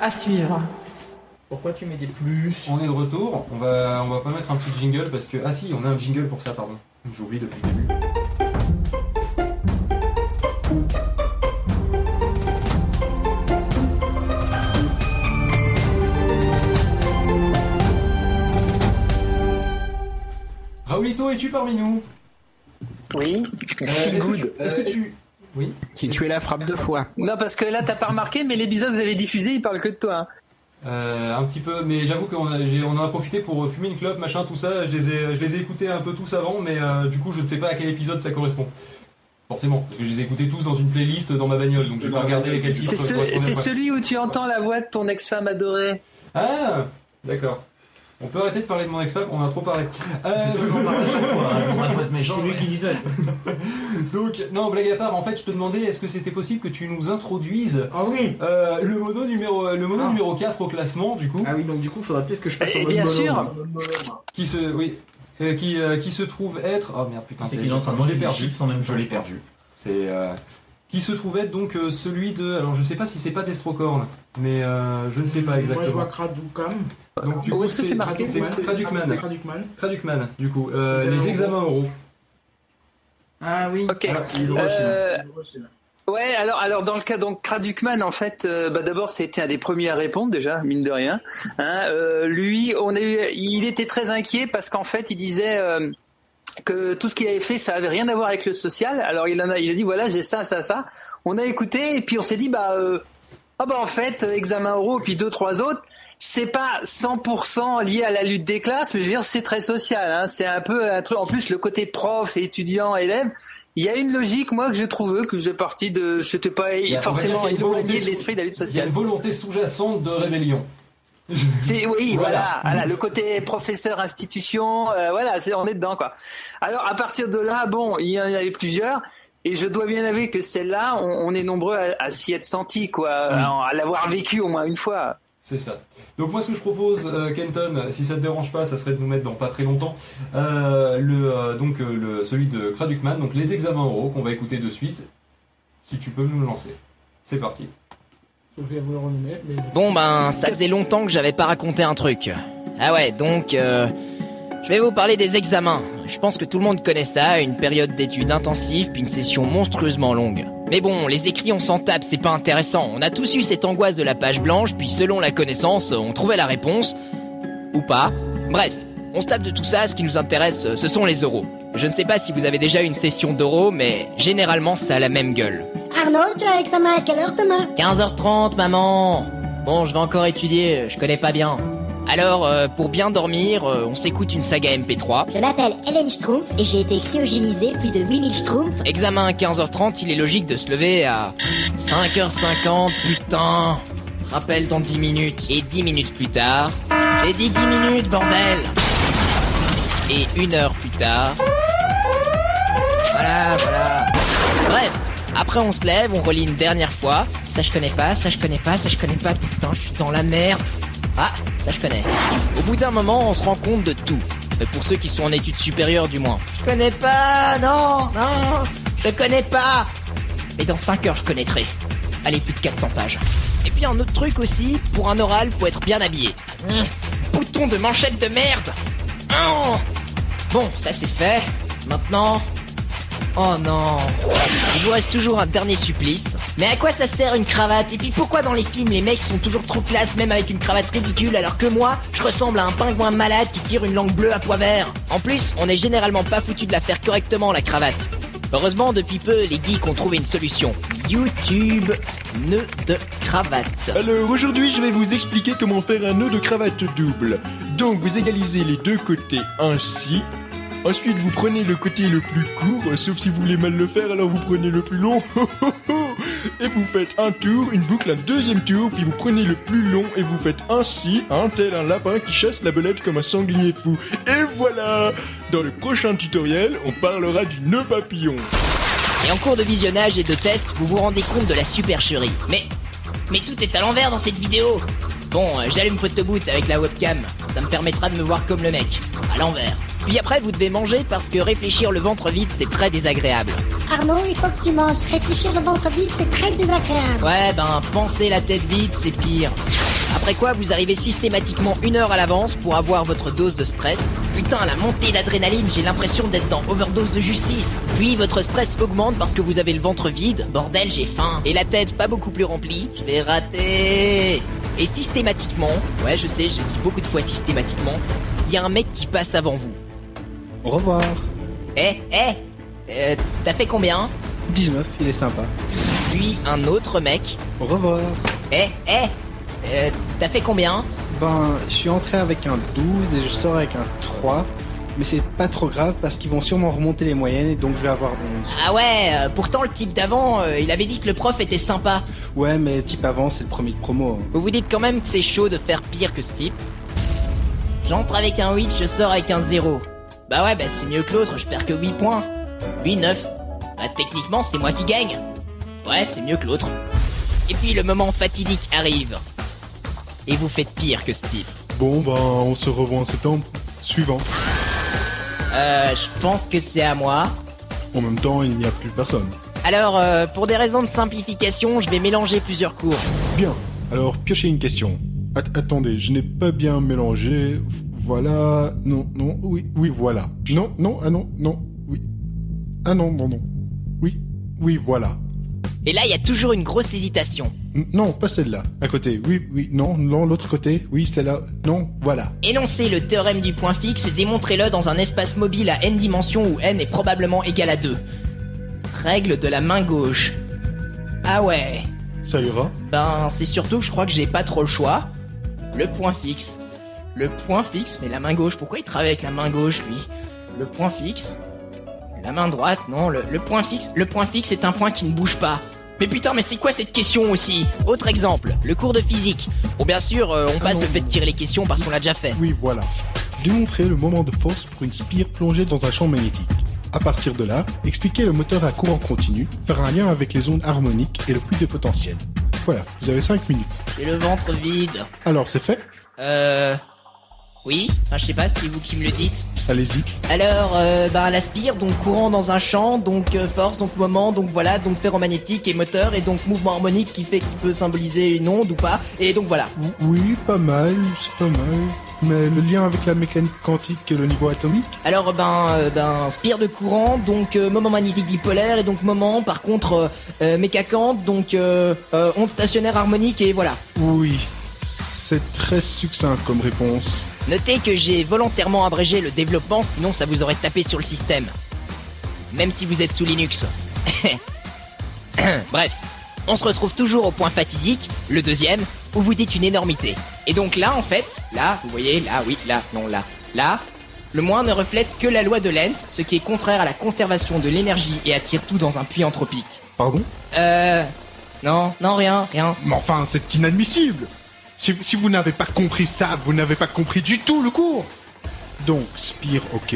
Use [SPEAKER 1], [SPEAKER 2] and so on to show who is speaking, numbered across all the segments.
[SPEAKER 1] À suivre.
[SPEAKER 2] Pourquoi tu mets des plus
[SPEAKER 3] On est de retour, on va, on va pas mettre un petit jingle parce que. Ah si, on a un jingle pour ça, pardon. J'oublie depuis le début. Raoulito, es-tu parmi nous
[SPEAKER 4] Oui.
[SPEAKER 3] Euh,
[SPEAKER 4] Feel
[SPEAKER 3] Est-ce que,
[SPEAKER 4] good.
[SPEAKER 3] tu- est-ce que tu. Oui
[SPEAKER 4] Si tu es là, frappe deux fois. Non, parce que là, t'as pas remarqué, mais l'épisode que vous avez diffusé, il parle que de toi. hein.
[SPEAKER 3] Euh, un petit peu, mais j'avoue qu'on a- j'ai- on en a profité pour euh, fumer une clope, machin, tout ça. Je les ai, je les ai écoutés un peu tous avant, mais euh, du coup, je ne sais pas à quel épisode ça correspond. Forcément, parce que je les ai écoutés tous dans une playlist dans ma bagnole, donc je vais pas regarder lesquels titres
[SPEAKER 4] C'est ce-
[SPEAKER 3] correspondaient
[SPEAKER 4] c'est
[SPEAKER 3] à quoi.
[SPEAKER 4] celui où tu entends la voix de ton ex-femme adorée.
[SPEAKER 3] Ah D'accord. On peut arrêter de parler de mon ex-femme, on en a trop parlé. Euh,
[SPEAKER 5] On parle à chaque fois, hein, on raconte mes gens.
[SPEAKER 2] C'est lui
[SPEAKER 5] mais-
[SPEAKER 2] qui dit ça. toi.
[SPEAKER 3] donc, non, blague à part, en fait, je te demandais est-ce que c'était possible que tu nous introduises
[SPEAKER 2] Ah oui
[SPEAKER 3] euh, le mono, numéro, le mono
[SPEAKER 2] Ah.
[SPEAKER 3] numéro 4 au classement, du coup,
[SPEAKER 2] Ah oui, donc du coup, faudra peut-être que je passe
[SPEAKER 4] Eh
[SPEAKER 2] en mode
[SPEAKER 4] bien
[SPEAKER 2] mono,
[SPEAKER 4] sûr.
[SPEAKER 2] hein.
[SPEAKER 3] qui se. Oui. euh, qui, euh, qui se trouve être. Oh merde, putain,
[SPEAKER 5] C'est qu'il est en train de
[SPEAKER 3] je l'ai
[SPEAKER 5] manger des
[SPEAKER 3] perdu.
[SPEAKER 5] chips en même
[SPEAKER 3] Je
[SPEAKER 5] temps.
[SPEAKER 3] l'ai perdu. C'est euh, qui se trouvait donc euh, celui de. Alors je sais pas si c'est pas Destrocorn, mais euh, je ne sais pas
[SPEAKER 2] Moi, je vois
[SPEAKER 3] exactement.
[SPEAKER 2] Kradukam.
[SPEAKER 3] donc du
[SPEAKER 4] Où
[SPEAKER 3] coup
[SPEAKER 4] Oh, est-ce que c'est
[SPEAKER 3] c'est
[SPEAKER 4] marqué
[SPEAKER 3] c'est
[SPEAKER 2] Tradukman.
[SPEAKER 3] Tradukman.
[SPEAKER 2] Ah, Tradukman.
[SPEAKER 3] Tradukman, du coup, Euh,
[SPEAKER 2] Les
[SPEAKER 3] les
[SPEAKER 2] examens
[SPEAKER 3] examens oraux.
[SPEAKER 2] Ah oui.
[SPEAKER 4] Ok.
[SPEAKER 3] Voilà.
[SPEAKER 2] Il est drôle, celui-là.
[SPEAKER 4] Euh, Ouais, alors, alors dans le cas donc Kradukman, en fait, euh, bah d'abord c'était un des premiers à répondre déjà, mine de rien. Hein, euh, lui, on a eu- il était très inquiet parce qu'en fait, il disait euh, que tout ce qu'il avait fait, ça avait rien à voir avec le social. Alors il en a, il a dit voilà, j'ai ça, ça, ça. On a écouté et puis on s'est dit bah euh, ah bah en fait, euh, examen euro puis deux trois autres. C'est pas 100% lié à la lutte des classes, mais je veux dire c'est très social. Hein, c'est un peu un truc. En plus, le côté prof, étudiant, élève, il y a une logique, moi, que je trouve, que j'ai parti de. C'était pas
[SPEAKER 3] y a- on
[SPEAKER 4] forcément
[SPEAKER 3] va dire qu'il y a une volonté
[SPEAKER 4] éloigné
[SPEAKER 3] sous-
[SPEAKER 4] de l'esprit de la lutte
[SPEAKER 3] Il y a
[SPEAKER 4] sociale.
[SPEAKER 3] une volonté sous-jacente de rébellion.
[SPEAKER 4] C'est oui,
[SPEAKER 3] Voilà.
[SPEAKER 4] voilà. voilà, le côté professeur institution, euh, voilà, c'est on est dedans quoi. Alors à partir de là, bon, il y en avait plusieurs. Et je dois bien avouer que celle-là, on, on est nombreux à, à s'y être senti, quoi, à, à l'avoir vécu au moins une fois.
[SPEAKER 3] C'est ça. Donc moi ce que je propose, euh, Kenton, si ça te dérange pas, ça serait de nous mettre dans pas très longtemps euh, le euh, donc euh, le celui de Kradukman, donc les examens oraux qu'on va écouter de suite. Si tu peux nous le lancer, c'est parti.
[SPEAKER 2] Je vais vous le remettre, mais...
[SPEAKER 6] Bon ben, ça faisait longtemps que j'avais pas raconté un truc. Ah ouais, donc euh, je vais vous parler des examens. Je pense que tout le monde connaît ça, une période d'études intensives puis une session monstrueusement longue. Mais bon, les écrits on s'en tape, c'est pas intéressant. On a tous eu cette angoisse de la page blanche, puis selon la connaissance, on trouvait la réponse ou pas. Bref, on se tape de tout ça, ce qui nous intéresse, ce sont les oraux. Je ne sais pas si vous avez déjà eu une session d'oraux, mais généralement ça a la même gueule.
[SPEAKER 7] Arnaud, tu as examen à quelle heure demain
[SPEAKER 6] 15h30, maman Bon, je vais encore étudier, je connais pas bien. Alors, euh, pour bien dormir, euh, on s'écoute une saga MP3.
[SPEAKER 7] Je m'appelle Hélène Schtroumpf et j'ai été cryogénisée plus de 8000 Schtroumpfs.
[SPEAKER 6] Examen à 15h30, il est logique de se lever à 5h50, putain Rappel dans 10 minutes. Et 10 minutes plus tard... J'ai dit 10 minutes, bordel Et une heure plus tard... Voilà, voilà... Bref après on se lève, on relit une dernière fois. Ça je connais pas, ça je connais pas, ça je connais pas, putain, je suis dans la merde. Ah, ça je connais. Au bout d'un moment, on se rend compte de tout. Euh, Pour ceux qui sont en études supérieures du moins. Je connais pas, non, non, je connais pas. Mais dans 5 heures, je connaîtrai. Allez, plus de 400 pages. Et puis un autre truc aussi, pour un oral, faut être bien habillé. Hum, Bouton de manchette de merde. Oh. bon, ça c'est fait. Maintenant... Oh non Il vous reste toujours un dernier supplice. Mais à quoi ça sert une cravate Et puis pourquoi dans les films les mecs sont toujours trop classe même avec une cravate ridicule alors que moi je ressemble à un pingouin malade qui tire une langue bleue à pois vert En plus, on n'est généralement pas foutu de la faire correctement la cravate. Heureusement, depuis peu, les geeks ont trouvé une solution. YouTube, nœud de cravate.
[SPEAKER 8] Alors aujourd'hui je vais vous expliquer comment faire un nœud de cravate double. Donc vous égalisez les deux côtés ainsi. Ensuite vous prenez le côté le plus court, sauf si vous voulez mal le faire alors vous prenez le plus long. et vous faites un tour, une boucle, un deuxième tour, puis vous prenez le plus long et vous faites ainsi, un tel un lapin qui chasse la belette comme un sanglier fou. Et voilà Dans le prochain tutoriel on parlera du nœud papillon.
[SPEAKER 6] Et en cours de visionnage et de test, vous vous rendez compte de la supercherie. Mais, mais tout est à l'envers dans cette vidéo. Bon, euh, j'allume photoboot avec la webcam. Ça me permettra de me voir comme le mec, à l'envers. Puis après, vous devez manger parce que réfléchir le ventre vide, c'est très désagréable.
[SPEAKER 7] Arnaud, il faut que tu manges. Réfléchir le ventre vide, c'est très désagréable.
[SPEAKER 6] Ouais, ben, penser la tête vide, c'est pire. Après quoi, vous arrivez systématiquement une heure à l'avance pour avoir votre dose de stress. Putain, la montée d'adrénaline, j'ai l'impression d'être dans overdose de justice. Puis votre stress augmente parce que vous avez le ventre vide. Bordel, j'ai faim. Et la tête pas beaucoup plus remplie. Je vais rater. Et systématiquement, ouais, je sais, j'ai dit beaucoup de fois systématiquement, il y a un mec qui passe avant vous.
[SPEAKER 1] Au revoir.
[SPEAKER 6] Eh, eh, euh, t'as fait combien
[SPEAKER 1] 19, il est sympa.
[SPEAKER 6] Puis un autre mec.
[SPEAKER 1] Au revoir.
[SPEAKER 6] Eh, eh, euh, t'as fait combien
[SPEAKER 1] Ben, je suis entré avec un 12 et je sors avec un 3. Mais c'est pas trop grave parce qu'ils vont sûrement remonter les moyennes et donc je vais avoir 11.
[SPEAKER 6] Ah ouais, euh, pourtant le type d'avant, euh, il avait dit que le prof était sympa.
[SPEAKER 1] Ouais, mais type avant, c'est le premier de promo. hein.
[SPEAKER 6] Vous vous dites quand même que c'est chaud de faire pire que ce type. J'entre avec un 8, je sors avec un 0. Bah ouais, bah c'est mieux que l'autre, je perds que 8 points. Lui 9. Bah techniquement, c'est moi qui gagne. Ouais, c'est mieux que l'autre. Et puis le moment fatidique arrive. Et vous faites pire que ce type.
[SPEAKER 8] Bon, ben, on se revoit en septembre. Suivant.
[SPEAKER 6] Euh, je pense que c'est à moi.
[SPEAKER 8] En même temps, il n'y a plus personne.
[SPEAKER 6] Alors, euh, pour des raisons de simplification, je vais mélanger plusieurs cours.
[SPEAKER 8] Bien. Alors, piochez une question. At- attendez, je n'ai pas bien mélangé. Voilà. Non, non, oui, oui, voilà. Non, non, ah non, non, oui. Ah non, non, non. Oui, oui, voilà.
[SPEAKER 6] Et là, il y a toujours une grosse hésitation.
[SPEAKER 8] N- non, pas celle-là. À côté. Oui, oui, non, non, l'autre côté. Oui, celle-là. Non, voilà.
[SPEAKER 6] Énoncer le théorème du point fixe et démontrez-le dans un espace mobile à n dimensions où n est probablement égal à 2. Règle de la main gauche. Ah ouais.
[SPEAKER 8] Ça ira.
[SPEAKER 6] Ben, c'est surtout que je crois que j'ai pas trop le choix. Le point fixe. Le point fixe, mais la main gauche, pourquoi il travaille avec la main gauche, lui Le point fixe. La main droite, non, le, le point fixe. Le point fixe est un point qui ne bouge pas. Mais putain, mais c'est quoi cette question aussi Autre exemple, le cours de physique. Bon, bien sûr, euh, on passe le fait de tirer les questions parce qu'on l'a déjà fait.
[SPEAKER 8] Oui, voilà. Démontrez le moment de force pour une spire plongée dans un champ magnétique. À partir de là, expliquez le moteur à courant continu, faire un lien avec les ondes harmoniques et le puits de potentiel. Voilà, vous avez 5 minutes.
[SPEAKER 6] J'ai le ventre vide.
[SPEAKER 8] Alors c'est fait
[SPEAKER 6] Euh. Oui Enfin, je sais pas, c'est vous qui me le dites.
[SPEAKER 8] Allez-y.
[SPEAKER 6] Alors, euh, bah, l'aspire, donc courant dans un champ, donc euh, force, donc moment, donc voilà, donc ferromagnétique et moteur, et donc mouvement harmonique qui fait qu'il peut symboliser une onde ou pas, et donc voilà.
[SPEAKER 8] O- Oui, pas mal, c'est pas mal. Mais le lien avec la mécanique quantique et le niveau atomique
[SPEAKER 6] Alors, ben, euh, ben, spire de courant, donc euh, moment magnétique dipolaire, et donc moment, par contre, euh, euh, mécacante, donc euh, euh, onde stationnaire harmonique, et voilà.
[SPEAKER 8] Oui, c'est très succinct comme réponse.
[SPEAKER 6] Notez que j'ai volontairement abrégé le développement, sinon ça vous aurait tapé sur le système. Même si vous êtes sous Linux. Bref, on se retrouve toujours au point fatidique, le deuxième, où vous dites une énormité. Et donc là, en fait, là, vous voyez, là, oui, là, non, là, là, le moins ne reflète que la loi de Lenz, ce qui est contraire à la conservation de l'énergie et attire tout dans un puits anthropique.
[SPEAKER 8] Pardon
[SPEAKER 6] Euh... Non, non, rien, rien.
[SPEAKER 8] Mais enfin, c'est inadmissible si, si vous n'avez pas compris ça, vous n'avez pas compris du tout le cours Donc, spire, ok.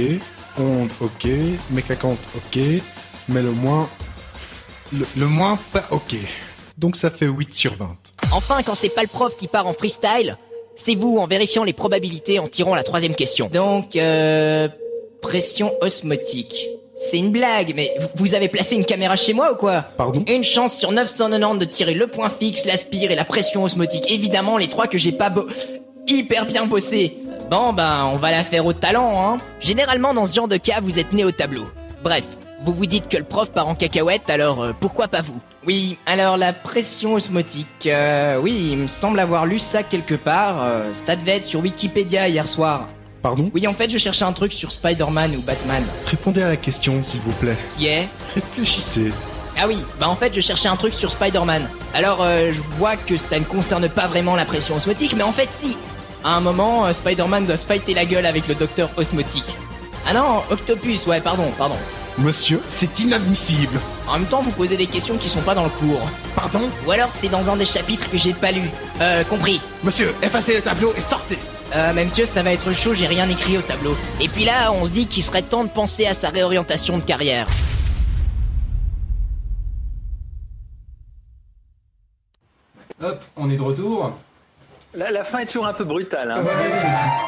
[SPEAKER 8] Onde, ok. Mécacante, ok. Mais le moins... Le, le moins, pas ok. Donc ça fait 8 sur 20.
[SPEAKER 6] Enfin, quand c'est pas le prof qui part en freestyle, c'est vous en vérifiant les probabilités en tirant la troisième question. Donc, euh, pression osmotique. C'est une blague, mais vous- vous avez placé une caméra chez moi ou quoi
[SPEAKER 8] Pardon
[SPEAKER 6] Une chance sur 990 de tirer le point fixe, l'aspire et la pression osmotique. Évidemment, les trois que j'ai pas beau... Hyper bien bossé. Bon, ben, on va la faire au talent, hein. Généralement, dans ce genre de cas, vous êtes né au tableau. Bref, vous vous dites que le prof part en cacahuète, alors euh, pourquoi pas vous Oui, alors la pression osmotique. euh, oui, il me semble avoir lu ça quelque part. euh, ça devait être sur Wikipédia hier soir.
[SPEAKER 8] Pardon
[SPEAKER 6] Oui, en fait, je cherchais un truc sur Spider-Man ou Batman.
[SPEAKER 8] Répondez à la question, s'il vous plaît.
[SPEAKER 6] Qui est
[SPEAKER 8] Réfléchissez.
[SPEAKER 6] ah oui, bah en fait je cherchais un truc sur Spider-Man. Alors euh, je vois que ça ne concerne pas vraiment la pression osmotique, mais en fait si. À un moment, euh, Spider-Man doit se fighter la gueule avec le docteur osmotique. Ah non, Octopus, ouais, pardon, pardon.
[SPEAKER 8] Monsieur, c'est inadmissible
[SPEAKER 6] En même temps, vous posez des questions qui sont pas dans le cours.
[SPEAKER 5] Pardon
[SPEAKER 6] Ou alors c'est dans un des chapitres que j'ai pas lu. Euh, compris.
[SPEAKER 5] Monsieur, effacez le tableau et sortez
[SPEAKER 6] Euh, mais monsieur, ça va être chaud, j'ai rien écrit au tableau. Et puis là, on se dit qu'il serait temps de penser à sa réorientation de carrière.
[SPEAKER 3] Hop, on est de retour.
[SPEAKER 4] La, la fin est toujours un peu brutale. hein.
[SPEAKER 2] Ouais, Ah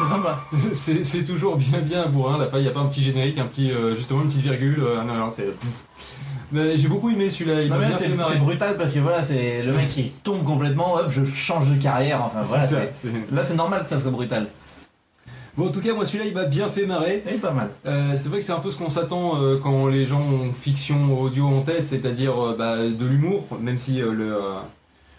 [SPEAKER 2] c'est sympa.
[SPEAKER 3] C'est c'est toujours bien bien bourrin, là, il n'y a pas un petit générique, un petit, euh, justement une petite virgule, euh, un alerte, c'est- Mais j'ai beaucoup aimé celui-là, il
[SPEAKER 2] Non,
[SPEAKER 3] m'a
[SPEAKER 2] mais là,
[SPEAKER 3] bien
[SPEAKER 2] c'est
[SPEAKER 3] fait marrer.
[SPEAKER 2] c'est brutal parce que voilà, c'est le mec qui tombe complètement, hop, je change de carrière, enfin voilà.
[SPEAKER 3] C'est ça,
[SPEAKER 2] c'est-
[SPEAKER 3] c'est-
[SPEAKER 2] Là, c'est normal que ça soit brutal.
[SPEAKER 3] Bon, en tout cas, moi celui-là, il m'a bien fait marrer.
[SPEAKER 2] Et pas mal.
[SPEAKER 3] Euh, c'est vrai que c'est un peu ce qu'on s'attend euh, quand les gens ont fiction audio en tête, c'est-à-dire euh, bah, de l'humour, même si euh, le, euh,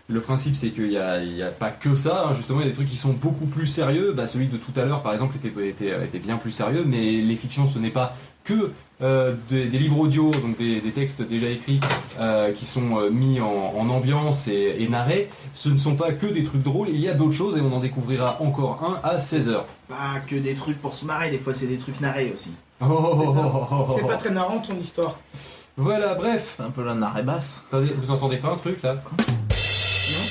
[SPEAKER 3] le principe c'est qu'il n'y a, il y a pas que ça, hein. justement il y a des trucs qui sont beaucoup plus sérieux, bah, celui de tout à l'heure par exemple était, était, était bien plus sérieux, mais les fictions ce n'est pas que euh, des, des livres audio, donc des, des textes déjà écrits euh, qui sont euh, mis en, en ambiance et, et narrés, ce ne sont pas que des trucs drôles, il y a d'autres choses et on en découvrira encore un à 16h.
[SPEAKER 9] Pas que des trucs pour se marrer, des fois c'est des trucs narrés aussi.
[SPEAKER 3] Oh.
[SPEAKER 10] C'est pas très narrant ton histoire.
[SPEAKER 3] Voilà, bref
[SPEAKER 2] C'est un peu la narrée basse.
[SPEAKER 3] Attendez, vous entendez pas un truc là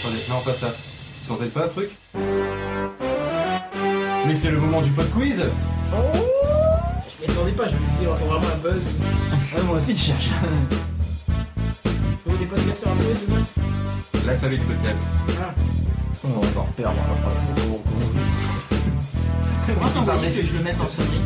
[SPEAKER 3] Attendez, non pas ça. Vous entendez pas un truc Mais c'est le moment du pot quiz
[SPEAKER 10] Mais attendez pas, Oh je me disais, il y aura vraiment un buzz.
[SPEAKER 2] Ouais, moi aussi, je cherche.
[SPEAKER 10] Vous des podcasts sur un buzz, c'est ça
[SPEAKER 3] La clavier du podcast.
[SPEAKER 2] On va encore perdre.
[SPEAKER 9] Moi t'envoyais que je le mette en sonnerie.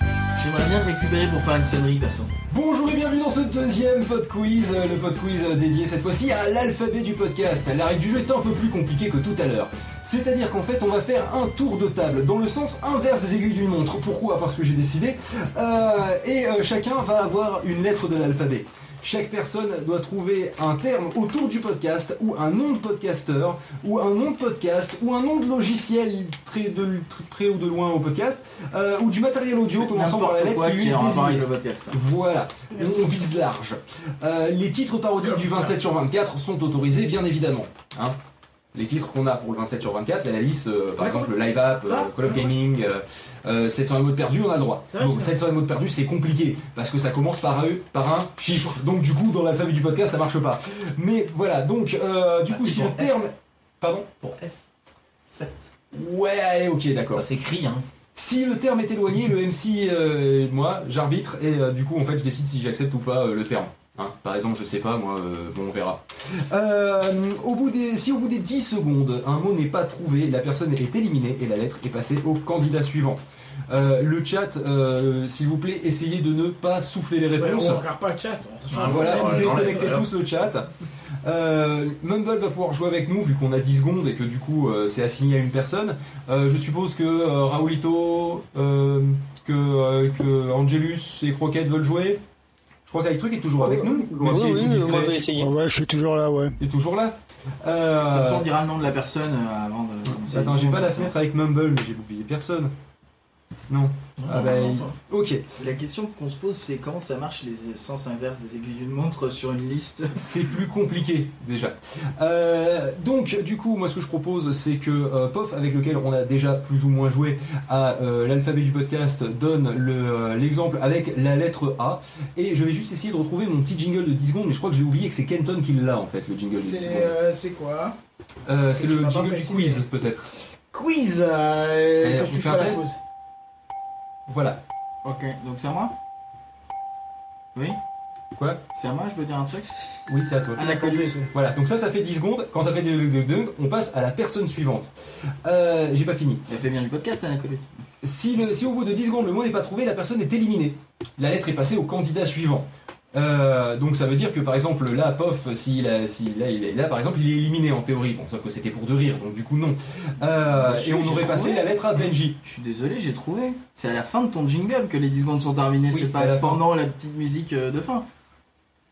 [SPEAKER 9] J'aimerais bien le récupérer pour faire une sonnerie perso.
[SPEAKER 3] Bonjour et bienvenue dans ce deuxième pod quiz, euh, le pod quiz euh, dédié cette fois-ci à l'alphabet du podcast. La règle du jeu est un peu plus compliquée que tout à l'heure. C'est-à-dire qu'en fait, on va faire un tour de table dans le sens inverse des aiguilles d'une montre. Pourquoi Parce que j'ai décidé. Euh, et euh, chacun va avoir une lettre de l'alphabet. Chaque personne doit trouver un terme autour du podcast ou un nom de podcasteur ou un nom de podcast ou un nom de logiciel très de très près ou de loin au podcast euh, ou du matériel audio commençant par
[SPEAKER 9] N'importe
[SPEAKER 3] la lettre
[SPEAKER 9] quoi
[SPEAKER 3] qui lui
[SPEAKER 9] qui
[SPEAKER 3] est
[SPEAKER 9] est en rapport
[SPEAKER 3] désignée.
[SPEAKER 9] avec le podcast. quoi.
[SPEAKER 3] Voilà, on vise large. Euh, les titres parodiques du 27 sur 24 sont autorisés, bien évidemment. hein. les titres qu'on a pour le 27 sur 24, là, la liste, euh, par
[SPEAKER 10] Ouais,
[SPEAKER 3] exemple, Live App,
[SPEAKER 10] Ça
[SPEAKER 3] euh, Call of
[SPEAKER 10] Ouais.
[SPEAKER 3] Gaming, euh, euh, 700 mots de perdu, on a le droit.
[SPEAKER 10] Ça,
[SPEAKER 3] Donc
[SPEAKER 10] je-
[SPEAKER 3] 700 mots de perdu, c'est compliqué, parce que ça commence par, un- par un chiffre. Donc du coup, dans l'alphabet du podcast, ça marche pas. Mais voilà, donc euh, du
[SPEAKER 2] Bah,
[SPEAKER 3] coup,
[SPEAKER 2] c'est
[SPEAKER 3] si
[SPEAKER 2] pour
[SPEAKER 3] le
[SPEAKER 2] S.
[SPEAKER 3] terme... Pardon
[SPEAKER 2] Pour S. 7.
[SPEAKER 3] Ouais, ok, d'accord.
[SPEAKER 2] Ça s'écrit, hein.
[SPEAKER 3] Si le terme est éloigné, le MC, euh, moi, j'arbitre et euh, du coup, en fait, je décide si j'accepte ou pas euh, le terme. Hein. Par exemple, je sais pas, moi, euh, bon, on verra. Euh, au bout des, si au bout des 10 secondes, un mot n'est pas trouvé, la personne est éliminée et la lettre est passée au candidat suivant. Euh, le chat, euh, s'il vous plaît, essayez de ne pas souffler les
[SPEAKER 10] Ouais,
[SPEAKER 3] réponses.
[SPEAKER 10] On regarde pas le chat, on
[SPEAKER 3] Ah,
[SPEAKER 10] change.
[SPEAKER 3] voilà,
[SPEAKER 2] Ouais,
[SPEAKER 3] vous
[SPEAKER 2] ouais,
[SPEAKER 3] déconnectez
[SPEAKER 2] ouais, ouais.
[SPEAKER 3] tous le chat. Euh, Mumble va pouvoir jouer avec nous vu qu'on a 10 secondes et que du coup euh, c'est assigné à une personne. Euh, je suppose que euh, Raoulito, euh, que, euh, que Angelus et Croquette veulent jouer. Je crois qu'Aitruc est toujours avec nous, même s'il est tout distrait,
[SPEAKER 4] moi je vais essayer.
[SPEAKER 10] Ouais, je suis toujours là, ouais.
[SPEAKER 3] il est toujours là.
[SPEAKER 9] Comme ça,
[SPEAKER 3] Euh,
[SPEAKER 9] on dira le nom de la personne euh, avant de commencer.
[SPEAKER 3] attends, j'ai pas la fenêtre avec Mumble, mais j'ai oublié personne. Non. Ah bah, il- Ok,
[SPEAKER 9] La question qu'on se pose, c'est comment ça marche les sens inverses des aiguilles d'une montre sur une liste
[SPEAKER 3] c'est plus compliqué déjà. Euh, donc du coup, moi ce que je propose, c'est que euh, Pof, avec lequel on a déjà plus ou moins joué à euh, l'alphabet du podcast, donne le, euh, l'exemple avec la lettre A. Et je vais juste essayer de retrouver mon petit jingle de 10 secondes, mais je crois que j'ai oublié que c'est Kenton qui l'a en fait, le jingle de 10 secondes.
[SPEAKER 10] C'est euh, c'est quoi
[SPEAKER 3] Euh,
[SPEAKER 10] parce
[SPEAKER 3] c'est
[SPEAKER 10] que tu
[SPEAKER 3] le
[SPEAKER 10] m'as pas
[SPEAKER 3] jingle du
[SPEAKER 10] précisé.
[SPEAKER 3] quiz peut-être.
[SPEAKER 10] Quiz
[SPEAKER 3] Allez,
[SPEAKER 10] euh,
[SPEAKER 3] on
[SPEAKER 10] Quand tu
[SPEAKER 3] fait
[SPEAKER 10] fais
[SPEAKER 3] un
[SPEAKER 10] la
[SPEAKER 3] test
[SPEAKER 10] pause.
[SPEAKER 3] Voilà.
[SPEAKER 9] Ok, donc c'est à moi Oui
[SPEAKER 3] Quoi
[SPEAKER 9] C'est à moi, je dois dire un truc
[SPEAKER 3] Oui, c'est à toi.
[SPEAKER 9] Ah d'accord,
[SPEAKER 3] Voilà, donc ça, ça fait 10 secondes. Quand ça fait 10 secondes, on passe à la personne suivante. Euh, j'ai pas fini.
[SPEAKER 9] ça fait bien du podcast, Anacolude.
[SPEAKER 3] Si, le- si au bout de 10 secondes le mot n'est pas trouvé, la personne est éliminée. La lettre est passée au candidat suivant. Euh, donc ça veut dire que par exemple là, pof, si là, si, là, il est, là par exemple il est éliminé en théorie. Bon, sauf que c'était pour de rire, donc du coup non. Euh,
[SPEAKER 9] Bah,
[SPEAKER 3] et
[SPEAKER 9] si,
[SPEAKER 3] on
[SPEAKER 9] j'ai
[SPEAKER 3] aurait passé
[SPEAKER 9] trouvé.
[SPEAKER 3] la lettre à Benji.
[SPEAKER 9] Je suis désolé, j'ai trouvé. C'est à la fin de ton jingle que les 10 secondes sont terminées,
[SPEAKER 3] Oui,
[SPEAKER 9] c'est
[SPEAKER 3] c'est à la
[SPEAKER 9] pas
[SPEAKER 3] fin.
[SPEAKER 9] pendant la petite musique euh, de fin.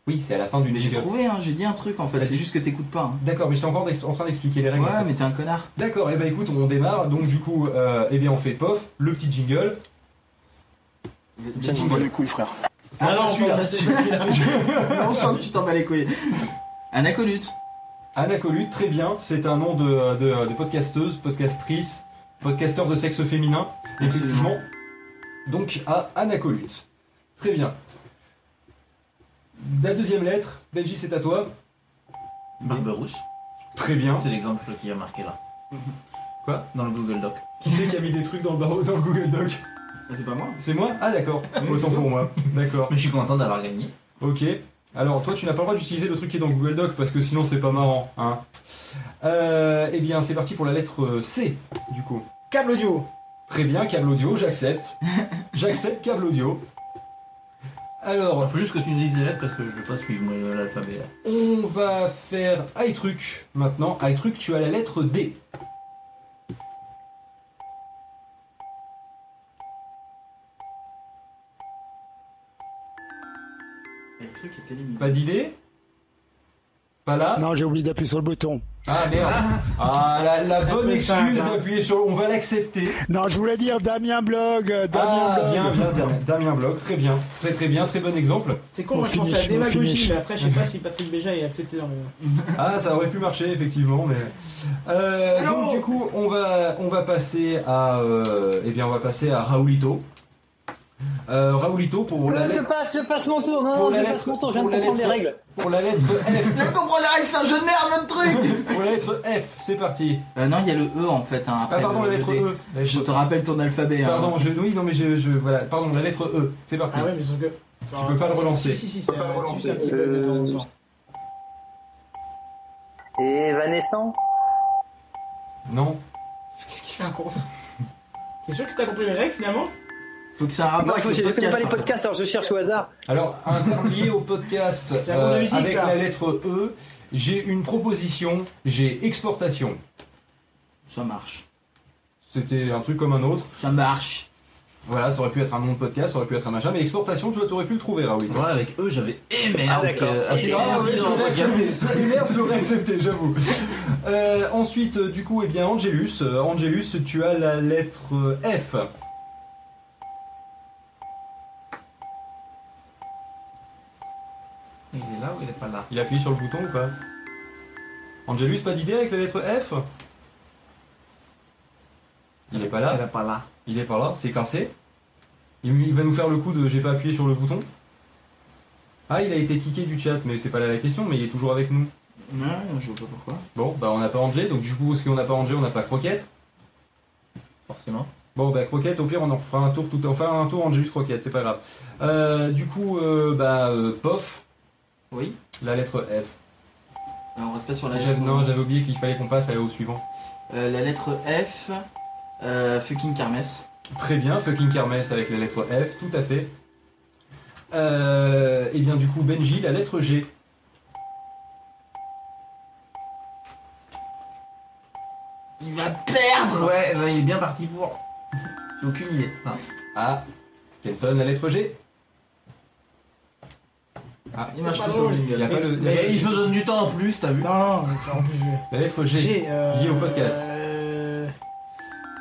[SPEAKER 3] Oui, c'est à la fin d'une
[SPEAKER 9] Mais j'ai
[SPEAKER 3] vidéo.
[SPEAKER 9] trouvé, hein, j'ai dit un truc en fait,
[SPEAKER 3] Bah,
[SPEAKER 9] c'est juste que t'écoutes pas. hein.
[SPEAKER 3] D'accord, mais j'étais encore d'ex- en train d'expliquer les règles.
[SPEAKER 9] Ouais, mais t'es un connard.
[SPEAKER 3] D'accord, et ben écoute, on démarre. Donc du coup, euh, eh bien on fait pof, le petit jingle.
[SPEAKER 9] Tiens, tu les couilles, frère.
[SPEAKER 3] Ah,
[SPEAKER 9] Ah non,
[SPEAKER 3] celui-là.
[SPEAKER 9] on sent que tu t'en bats les couilles. Anacolute.
[SPEAKER 3] Anacolute, très bien, c'est un nom de, de- de podcasteuse, podcastrice, podcasteur de sexe féminin, effectivement. Donc à Anacolute. Très bien. La deuxième lettre, Benji, c'est à toi.
[SPEAKER 2] Barberousse.
[SPEAKER 3] Très bien.
[SPEAKER 2] C'est l'exemple qui a marqué là.
[SPEAKER 3] Quoi
[SPEAKER 2] Dans le Google Doc.
[SPEAKER 3] Qui c'est qui a mis des trucs dans le, barreau- dans le Google Doc
[SPEAKER 9] Ah, c'est pas moi.
[SPEAKER 3] C'est moi Ah d'accord, autant pour moi. D'accord.
[SPEAKER 2] Mais je suis content d'avoir gagné.
[SPEAKER 3] Ok. Alors toi, tu n'as pas le droit d'utiliser le truc qui est dans Google Doc parce que sinon c'est pas marrant. Hein. Euh, eh bien, c'est parti pour la lettre C, du coup.
[SPEAKER 10] Câble audio.
[SPEAKER 3] Très bien, câble audio, j'accepte. J'accepte câble audio.
[SPEAKER 2] Alors, il faut juste que tu nous dises les lettres parce que je ne veux pas suivre moi, l'alphabet. là.
[SPEAKER 3] On va faire iTruc maintenant. iTruc, tu as la lettre D.
[SPEAKER 9] Et le truc est éliminé.
[SPEAKER 3] Pas d'idée Pas là
[SPEAKER 11] Non, j'ai oublié d'appuyer sur le bouton.
[SPEAKER 3] Ah merde Ah la, la
[SPEAKER 9] Ça
[SPEAKER 3] bonne
[SPEAKER 9] peut être simple,
[SPEAKER 3] excuse
[SPEAKER 9] hein.
[SPEAKER 3] d'appuyer sur. On va l'accepter.
[SPEAKER 11] Non, je voulais dire Damien Blog, euh, Damien
[SPEAKER 3] Ah
[SPEAKER 11] Blog.
[SPEAKER 3] bien, bien, bien, Damien Bloch, très bien, très très bien, très bon exemple.
[SPEAKER 10] C'est con,
[SPEAKER 11] On
[SPEAKER 10] moi je pensais à
[SPEAKER 11] finish, on
[SPEAKER 10] démagogie,
[SPEAKER 11] finish.
[SPEAKER 10] mais après je sais pas si Patrick Béja est accepté dans le.
[SPEAKER 3] Ah, ça aurait pu marcher effectivement, mais Euh,
[SPEAKER 9] Salaud
[SPEAKER 3] donc du coup on va on va passer à euh, eh bien on va passer à Raoulito. Euh, Raoulito pour la
[SPEAKER 4] Je
[SPEAKER 3] lettre
[SPEAKER 4] passe, je passe mon tour. Non,
[SPEAKER 3] Pour
[SPEAKER 4] non,
[SPEAKER 3] la
[SPEAKER 4] je
[SPEAKER 3] lettre-
[SPEAKER 4] passe mon tour. Je viens
[SPEAKER 3] pour
[SPEAKER 4] de
[SPEAKER 3] la
[SPEAKER 4] comprendre les
[SPEAKER 3] lettre-
[SPEAKER 4] règles.
[SPEAKER 3] pour la lettre F
[SPEAKER 9] Je comprends la règle, c'est un jeu de merde, notre truc
[SPEAKER 3] pour la lettre F c'est parti.
[SPEAKER 9] Euh, Non, il y a le E en fait. Hein,
[SPEAKER 3] Ah
[SPEAKER 9] après
[SPEAKER 3] pardon
[SPEAKER 9] le-
[SPEAKER 3] la lettre
[SPEAKER 9] le D.
[SPEAKER 3] E. La lettre-
[SPEAKER 9] Je te rappelle ton alphabet. hein.
[SPEAKER 3] Pardon je oui non mais je, je- voilà pardon la lettre E c'est parti.
[SPEAKER 10] Ah ouais, mais sauf que. Ah,
[SPEAKER 3] Tu peux pas le relancer.
[SPEAKER 10] Si, si, si, c'est
[SPEAKER 3] pas le
[SPEAKER 10] un- c'est juste un
[SPEAKER 4] relancer.
[SPEAKER 10] petit peu
[SPEAKER 3] euh,
[SPEAKER 10] de temps en temps.
[SPEAKER 4] Et Vanessant
[SPEAKER 3] Non.
[SPEAKER 10] Qu'est-ce qu'il fait un con ça T'es sûr que t'as compris les règles finalement
[SPEAKER 9] Faut que ça ait un rapport
[SPEAKER 4] Non, Ah, il
[SPEAKER 9] avec
[SPEAKER 4] faut,
[SPEAKER 9] le
[SPEAKER 4] je connais
[SPEAKER 9] podcast,
[SPEAKER 4] pas les
[SPEAKER 9] en fait.
[SPEAKER 4] podcasts, alors je cherche au hasard.
[SPEAKER 3] Alors, interlié au podcast euh,
[SPEAKER 10] C'est un bon de musique,
[SPEAKER 3] avec
[SPEAKER 10] ça.
[SPEAKER 3] la lettre E, j'ai une proposition, j'ai exportation.
[SPEAKER 9] Ça marche.
[SPEAKER 3] C'était un truc comme un autre.
[SPEAKER 9] Ça marche.
[SPEAKER 3] Voilà, ça aurait pu être un nom de podcast, ça aurait pu être un machin, mais exportation, tu vois, tu aurais pu le trouver, Raoul.
[SPEAKER 2] Moi, avec eux, j'avais E, aimé.
[SPEAKER 4] Ah, d'accord.
[SPEAKER 2] euh,
[SPEAKER 3] Ah, ouais, je l'aurais accepté. Ça, une merde, je l'aurais accepté, j'avoue. Euh, ensuite, euh, du coup, eh bien, Angelus, euh, Angelus, tu as la lettre euh, F.
[SPEAKER 2] Il est là ou il est pas là
[SPEAKER 3] Il appuie sur le bouton ou pas Angelus, pas d'idée avec la lettre F Il est pas là
[SPEAKER 2] Il est pas là.
[SPEAKER 3] Il est par là, c'est cassé. Il, il va nous faire le coup de j'ai pas appuyé sur le bouton. Ah, il a été kické du chat, mais c'est pas là la question, mais il est toujours avec nous.
[SPEAKER 9] Ouais, je vois pas pourquoi.
[SPEAKER 3] Bon, bah on n'a pas Angé, donc du coup, si on n'a pas Angé, on n'a pas Croquette.
[SPEAKER 2] Forcément.
[SPEAKER 3] Bon, bah Croquette, au pire, on en fera un tour tout Enfin, un tour Angelus Croquette, c'est pas grave. Euh, du coup, euh, bah, euh, pof,
[SPEAKER 9] Oui.
[SPEAKER 3] la lettre F.
[SPEAKER 9] Euh, on reste pas sur la
[SPEAKER 3] J'avais- Non, j'avais oublié qu'il fallait qu'on passe à- au suivant.
[SPEAKER 9] Euh, la lettre F. Euh, fucking Kermes.
[SPEAKER 3] Très bien, fucking Kermesse avec la lettre F, tout à fait. Euh, et bien, du coup, Benji, la lettre G.
[SPEAKER 9] Il va perdre
[SPEAKER 2] Ouais, là, il est bien parti pour. J'ai aucune idée. Ah.
[SPEAKER 3] Ah, Kenton, la lettre G. Ah,
[SPEAKER 9] Il marche
[SPEAKER 10] pas
[SPEAKER 9] plus
[SPEAKER 10] drôle.
[SPEAKER 9] sans
[SPEAKER 3] Il y a
[SPEAKER 9] jingle.
[SPEAKER 3] pas le- il y a pas
[SPEAKER 2] Mais
[SPEAKER 3] le-
[SPEAKER 2] ils se donnent du temps en plus, t'as vu
[SPEAKER 10] Non, non, non, ça, en plus je
[SPEAKER 3] La lettre
[SPEAKER 10] vais.
[SPEAKER 3] G,
[SPEAKER 10] euh,
[SPEAKER 3] lié au podcast.
[SPEAKER 10] euh,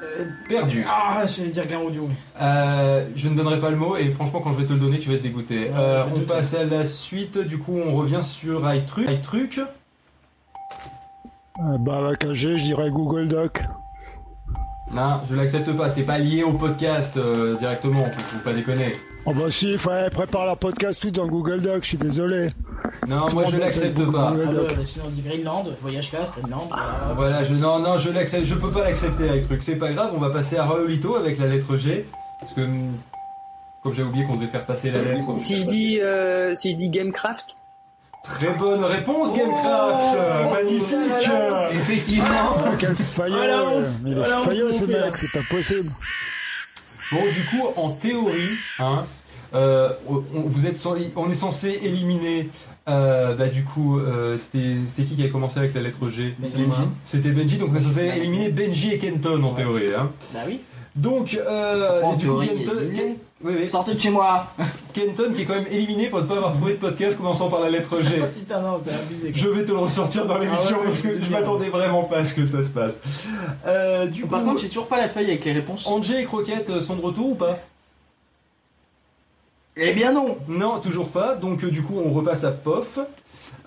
[SPEAKER 10] euh,
[SPEAKER 3] perdu.
[SPEAKER 10] Ah, j'allais dire Gain Audio. mais-
[SPEAKER 3] Euh, je ne donnerai pas le mot et franchement, quand je vais te le donner, tu vas te dégoûter.
[SPEAKER 10] Ouais,
[SPEAKER 3] Euh,
[SPEAKER 10] je me
[SPEAKER 3] on
[SPEAKER 10] doute.
[SPEAKER 3] passe à la suite, du coup, on revient sur iTruc. iTruc,
[SPEAKER 11] Euh, bah, avec un G, je dirais Google Doc.
[SPEAKER 3] non, je l'accepte pas, c'est pas lié au podcast euh, directement, faut, faut pas déconner.
[SPEAKER 11] Oh bah si, il fallait préparer leur podcast tout dans Google Doc, je suis désolé.
[SPEAKER 3] Non, Ah, moi je
[SPEAKER 11] Comment
[SPEAKER 3] l'accepte
[SPEAKER 11] c'est Google
[SPEAKER 3] pas.
[SPEAKER 10] Ah,
[SPEAKER 11] Doc
[SPEAKER 10] ouais, bah, sinon on dit Greenland, voyage classe, Greenland.
[SPEAKER 9] Ah,
[SPEAKER 10] voilà.
[SPEAKER 3] Voilà, je, non, non, je l'accepte, je peux pas l'accepter, iTruc, c'est pas grave, on va passer à Raolito avec la lettre G, parce que, hum, comme j'avais oublié qu'on devait faire passer la lettre.
[SPEAKER 4] Si je dis, euh, si je dis Gamecraft,
[SPEAKER 3] Très bonne réponse, Gamecraft
[SPEAKER 10] Oh
[SPEAKER 3] Magnifique
[SPEAKER 10] là là.
[SPEAKER 2] Effectivement
[SPEAKER 11] Oh, quel faillot euh,
[SPEAKER 10] Ah, la honte.
[SPEAKER 11] Mais il est
[SPEAKER 10] Ah, la honte,
[SPEAKER 11] faillot,
[SPEAKER 10] mon
[SPEAKER 11] ce
[SPEAKER 10] père.
[SPEAKER 11] mec, c'est pas possible.
[SPEAKER 3] Bon, du coup, en théorie, hein, euh, on, vous êtes, censé- on est censé éliminer. euh, bah, du coup, euh, c'était c'était qui qui a commencé avec la lettre G
[SPEAKER 9] Benji.
[SPEAKER 3] C'était Benji, donc on est censé éliminer Benji et Kenton en théorie. hein.
[SPEAKER 10] Bah oui.
[SPEAKER 3] Donc, euh,
[SPEAKER 9] En
[SPEAKER 3] et du coup,
[SPEAKER 9] théorie,
[SPEAKER 3] Kenton,
[SPEAKER 9] éliminé.
[SPEAKER 3] Ken- oui, oui.
[SPEAKER 9] Sortez de chez moi
[SPEAKER 10] Ah,
[SPEAKER 3] Kenton qui est quand même éliminé pour ne pas avoir trouvé de podcast commençant par la lettre G.
[SPEAKER 10] Putain, non, c'est abusé. quoi.
[SPEAKER 3] Je vais te le ressortir dans l'émission
[SPEAKER 10] Ah ouais,
[SPEAKER 3] parce
[SPEAKER 10] je
[SPEAKER 3] que
[SPEAKER 10] veux
[SPEAKER 3] je
[SPEAKER 10] bien.
[SPEAKER 3] m'attendais vraiment pas à ce que ça se passe. Euh, du
[SPEAKER 9] Par
[SPEAKER 3] coup,
[SPEAKER 9] contre, j'ai toujours pas la feuille avec les réponses.
[SPEAKER 3] Angé et Croquette euh, sont de retour ou pas
[SPEAKER 9] Eh bien non
[SPEAKER 3] Non, toujours pas. Donc euh, du coup, on repasse à POF.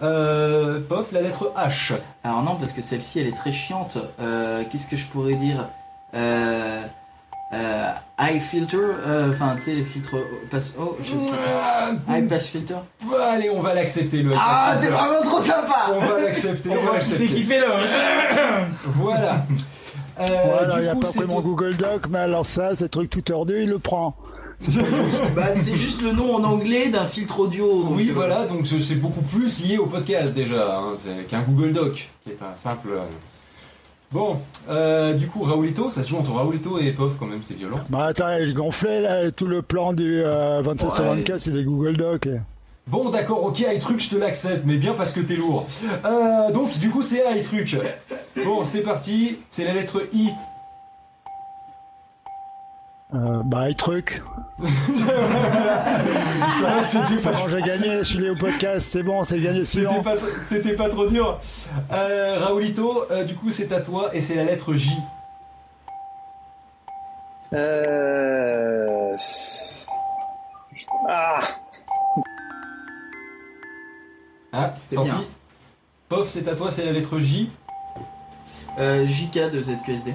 [SPEAKER 3] Euh, POF, la lettre H.
[SPEAKER 9] Alors non, parce que celle-ci, elle est très chiante. Euh, Qu'est-ce que je pourrais dire euh, euh, I filter, euh, enfin tu sais les filtres O- pass oh je sais
[SPEAKER 3] Ah,
[SPEAKER 9] pas. I pass filter.
[SPEAKER 3] allez, on va l'accepter le
[SPEAKER 9] Ah
[SPEAKER 3] H.
[SPEAKER 9] t'es vraiment trop
[SPEAKER 3] On
[SPEAKER 9] sympa.
[SPEAKER 3] va l'accepter.
[SPEAKER 10] On
[SPEAKER 3] on va
[SPEAKER 10] voit qui c'est
[SPEAKER 3] l'accepter.
[SPEAKER 10] qui fait là.
[SPEAKER 3] Voilà. Euh,
[SPEAKER 11] voilà,
[SPEAKER 3] du
[SPEAKER 11] il a
[SPEAKER 3] coup,
[SPEAKER 11] pas
[SPEAKER 3] c'est
[SPEAKER 11] pris mon
[SPEAKER 3] tout.
[SPEAKER 11] Google Doc, mais alors ça, ces trucs tout tordus, il le prend.
[SPEAKER 9] bah c'est juste le nom en anglais d'un filtre audio. donc,
[SPEAKER 3] Oui,
[SPEAKER 9] euh,
[SPEAKER 3] voilà. Donc c'est- c'est beaucoup plus lié au podcast déjà hein, c'est- qu'un Google Doc, qui est un simple. euh, Bon, euh, du coup, Raoulito, ça se joue entre Raoulito et Pof quand même, c'est violent.
[SPEAKER 8] Bah attends, je gonflais là, tout le plan du euh, 27 sur
[SPEAKER 3] Ouais.
[SPEAKER 8] 24, c'est des Google Docs.
[SPEAKER 3] Bon, d'accord, ok, iTruc, je te l'accepte, mais bien parce que t'es lourd. Euh, donc, du coup, c'est iTruc. Bon, c'est parti, c'est la lettre I.
[SPEAKER 8] Euh, bah, et truc.
[SPEAKER 3] va, c'était
[SPEAKER 8] Ça
[SPEAKER 3] pas-
[SPEAKER 8] va, j'ai gagné, je suis allé au podcast, c'est bon, c'est gagné, c'est
[SPEAKER 3] C'était pas, tr- c'était pas trop dur. Euh, Raoulito, euh, du coup, c'est à toi et c'est la lettre J.
[SPEAKER 4] Euh... Ah
[SPEAKER 3] Ah, c'était
[SPEAKER 9] bien.
[SPEAKER 3] Pof, c'est à toi, c'est la lettre J.
[SPEAKER 9] JK euh, de ZQSD.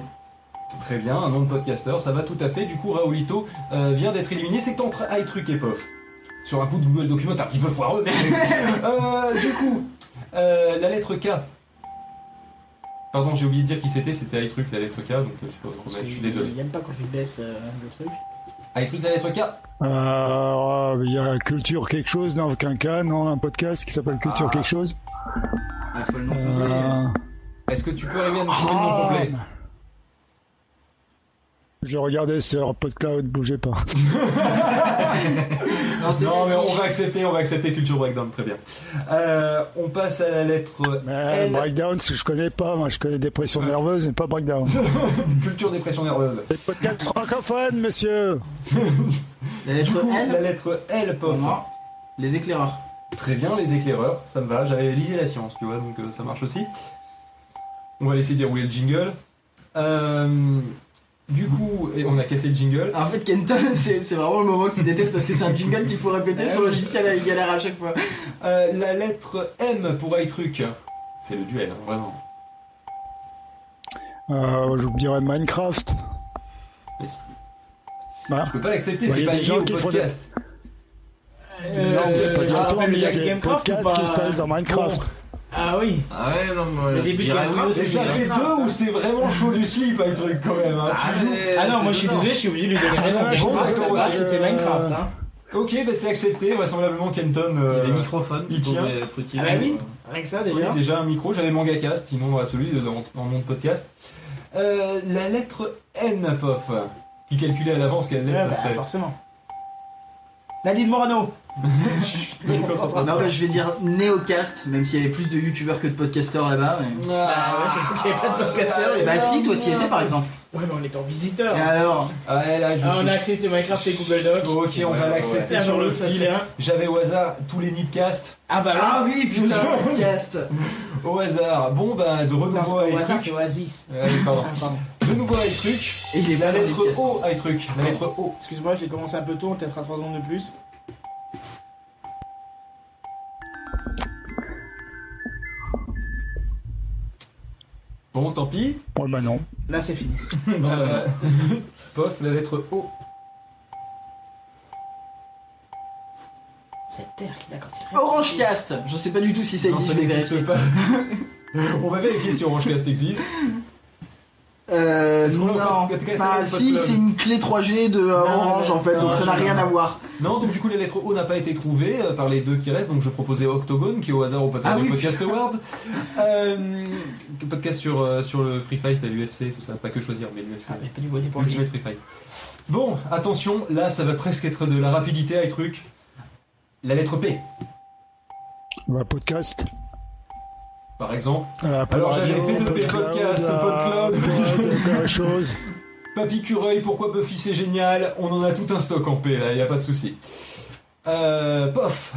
[SPEAKER 3] Très bien, un nom de podcasteur, ça va tout à fait. Du coup, Raoulito euh, vient d'être éliminé. C'est entre iTruc et Pof. Sur un coup de Google Document, un petit peu foireux, mais. Euh, du coup, euh, la lettre K. Pardon, j'ai oublié de dire qui c'était, c'était iTruc, la lettre K, donc euh, tu peux remettre, je suis désolé.
[SPEAKER 6] Il aime pas quand je lui baisse euh, le truc.
[SPEAKER 3] iTruc, la lettre K.
[SPEAKER 8] Euh, Il y a culture quelque chose, non, qu'un cas, non, un podcast qui s'appelle culture
[SPEAKER 3] Ah.
[SPEAKER 8] quelque chose.
[SPEAKER 9] Ah, faut le nom complet.
[SPEAKER 8] Euh,
[SPEAKER 3] Est-ce que tu peux arriver à nous trouver le nom
[SPEAKER 8] Ah.
[SPEAKER 3] complet
[SPEAKER 8] je regardais sur PodCloud, bougez pas.
[SPEAKER 3] Non, mais on va accepter, on va accepter Culture Breakdown, très bien. Euh, on passe à la lettre
[SPEAKER 8] Euh,
[SPEAKER 3] L.
[SPEAKER 8] Breakdown, je connais pas, moi je connais dépression nerveuse, mais pas breakdown.
[SPEAKER 3] euh, Culture dépression nerveuse.
[SPEAKER 8] Podcast francophone, monsieur
[SPEAKER 9] La lettre
[SPEAKER 3] Du coup,
[SPEAKER 9] L
[SPEAKER 3] La lettre L, Pof.
[SPEAKER 9] Les éclaireurs.
[SPEAKER 3] Très bien, les éclaireurs, ça me va. J'avais lisé la science, tu vois, donc euh, ça marche aussi. On va laisser dérouler le jingle. Euh, du coup, et on a cassé le jingle.
[SPEAKER 9] Ah, en fait, Kenton, c'est c'est vraiment le moment qu'il déteste parce que c'est un jingle qu'il faut répéter sur le logiciel, il galère à chaque fois.
[SPEAKER 3] Euh, la lettre M pour iTruc. C'est le duel, hein, vraiment.
[SPEAKER 8] Euh, je vous dirais Minecraft.
[SPEAKER 3] Mais
[SPEAKER 8] Bah.
[SPEAKER 3] Je peux pas l'accepter,
[SPEAKER 8] Bah,
[SPEAKER 3] c'est
[SPEAKER 8] y a
[SPEAKER 3] pas
[SPEAKER 8] des
[SPEAKER 3] lié
[SPEAKER 8] gens
[SPEAKER 3] au
[SPEAKER 8] qui font des-
[SPEAKER 3] podcast.
[SPEAKER 6] Euh,
[SPEAKER 8] non, mais je
[SPEAKER 6] euh,
[SPEAKER 8] peux pas dire
[SPEAKER 6] ah,
[SPEAKER 8] toi, mais il y a
[SPEAKER 6] le
[SPEAKER 8] des
[SPEAKER 6] Gamecraft ou
[SPEAKER 8] podcasts qui
[SPEAKER 6] pas
[SPEAKER 8] se passent dans Minecraft.
[SPEAKER 6] Ah oui.
[SPEAKER 2] Ah ouais, non, moi,
[SPEAKER 6] Le
[SPEAKER 2] je
[SPEAKER 6] début de
[SPEAKER 2] dirais
[SPEAKER 6] Gamecraft,
[SPEAKER 2] oui,
[SPEAKER 6] c'est
[SPEAKER 3] Et ça
[SPEAKER 6] bien.
[SPEAKER 3] fait deux ou c'est vraiment chaud du slip, iTruc, quand même. hein.
[SPEAKER 2] Ah,
[SPEAKER 3] Tu joues- bah,
[SPEAKER 2] mais-
[SPEAKER 6] Ah non, moi je suis
[SPEAKER 2] non.
[SPEAKER 6] désolé, je suis obligé de lui donner raison.
[SPEAKER 8] Ah, je
[SPEAKER 6] Gamecraft,
[SPEAKER 8] pense
[SPEAKER 6] à
[SPEAKER 3] Eh
[SPEAKER 6] la
[SPEAKER 8] que-
[SPEAKER 3] ben,
[SPEAKER 6] base, c'était
[SPEAKER 8] euh,
[SPEAKER 6] Minecraft. Hein.
[SPEAKER 3] Ok, bah c'est accepté, vraisemblablement Kenton. euh,
[SPEAKER 2] Les microphones,
[SPEAKER 3] il
[SPEAKER 2] pour
[SPEAKER 3] tient.
[SPEAKER 2] les trucs qui-
[SPEAKER 6] Ah bah oui, rien que ça
[SPEAKER 3] Oui,
[SPEAKER 6] déjà.
[SPEAKER 3] déjà un micro, j'avais Mangacast, sinon absolu en, en nom de podcast. Euh, la lettre N, pof, qui calculait à l'avance quelle
[SPEAKER 6] Ouais,
[SPEAKER 3] lettre
[SPEAKER 6] bah,
[SPEAKER 3] ça serait.
[SPEAKER 6] forcément. Nadine Morano.
[SPEAKER 3] Donc, on s'entend
[SPEAKER 9] Non,
[SPEAKER 3] bien.
[SPEAKER 9] bah, je vais dire Neocast, même s'il y avait plus de youtubeurs que de podcasteurs là-bas. mais-
[SPEAKER 6] Bah ouais, j'ai trouvé qu'il n'y avait pas de podcasteur.
[SPEAKER 9] Bah, si, toi, t'y étais par exemple.
[SPEAKER 6] Ouais, mais on est en visiteur.
[SPEAKER 9] Et alors
[SPEAKER 3] Ouais, là, je
[SPEAKER 6] Ah, on a accepté Minecraft et Google Docs.
[SPEAKER 3] Ok, on va
[SPEAKER 2] Ouais,
[SPEAKER 3] l'accepter
[SPEAKER 6] ouais.
[SPEAKER 3] sur le
[SPEAKER 6] Ça,
[SPEAKER 3] fil.
[SPEAKER 6] c'était un.
[SPEAKER 3] J'avais au hasard tous les nipcasts,
[SPEAKER 6] Ah bah
[SPEAKER 9] Ah
[SPEAKER 6] là,
[SPEAKER 9] oui, putain, podcast
[SPEAKER 3] au hasard. Bon, bah, de
[SPEAKER 6] non, c'est
[SPEAKER 3] renouveau
[SPEAKER 6] pas
[SPEAKER 3] à
[SPEAKER 6] au hasard,
[SPEAKER 3] iTruc.
[SPEAKER 6] c'est Oasis.
[SPEAKER 3] Euh, pardon.
[SPEAKER 6] Ah, pardon.
[SPEAKER 3] De nouveau à iTruc.
[SPEAKER 9] Et il est
[SPEAKER 3] La
[SPEAKER 9] pas dans
[SPEAKER 3] lettre
[SPEAKER 9] Nipcast.
[SPEAKER 3] O à iTruc. La lettre O.
[SPEAKER 6] Excuse-moi, je l'ai commencé un peu tôt, on te laissera 3 secondes de plus.
[SPEAKER 3] Bon, tant pis.
[SPEAKER 8] Ouais, bah non.
[SPEAKER 6] Là, c'est fini.
[SPEAKER 3] Euh, pof, la lettre O.
[SPEAKER 6] C'est Terre qui d'accord.
[SPEAKER 9] Orange Cast Je sais pas du tout si ça
[SPEAKER 3] Non,
[SPEAKER 9] existe,
[SPEAKER 3] ça
[SPEAKER 9] je vais
[SPEAKER 3] n'existe
[SPEAKER 9] vérifier.
[SPEAKER 3] pas. On va vérifier si OrangeCast existe.
[SPEAKER 9] Euh,
[SPEAKER 3] Est-ce qu'on
[SPEAKER 9] non.
[SPEAKER 3] l'a encore-
[SPEAKER 9] Bah, si, c'est une clé 3G de euh, Orange en fait,
[SPEAKER 3] non,
[SPEAKER 9] donc ça n'a
[SPEAKER 3] non,
[SPEAKER 9] rien
[SPEAKER 3] non.
[SPEAKER 9] à voir.
[SPEAKER 3] Non, donc du coup, la lettre O n'a pas été trouvée euh, par les deux qui restent. Donc je proposais Octogone, qui est au hasard au patron
[SPEAKER 9] Ah
[SPEAKER 3] du
[SPEAKER 9] oui,
[SPEAKER 3] Podcast Award. Euh, podcast sur, euh, sur le Free Fight à l'UFC, tout ça. Pas que choisir, mais l'UFC.
[SPEAKER 6] Ah, mais pas du voter pour lui.
[SPEAKER 3] Ultimate Free Fight. Bon, attention, là, ça va presque être de la rapidité à truc. La lettre P,
[SPEAKER 8] Bah, podcast.
[SPEAKER 3] par exemple.
[SPEAKER 8] Euh,
[SPEAKER 3] Alors,
[SPEAKER 8] radio,
[SPEAKER 3] j'avais fait le podcast,
[SPEAKER 8] euh,
[SPEAKER 3] PodCloud.
[SPEAKER 8] Pod, euh, chose.
[SPEAKER 3] Papy Cureuil, pourquoi Buffy c'est génial On en a tout un stock en P, là, y a pas de souci. Euh, pof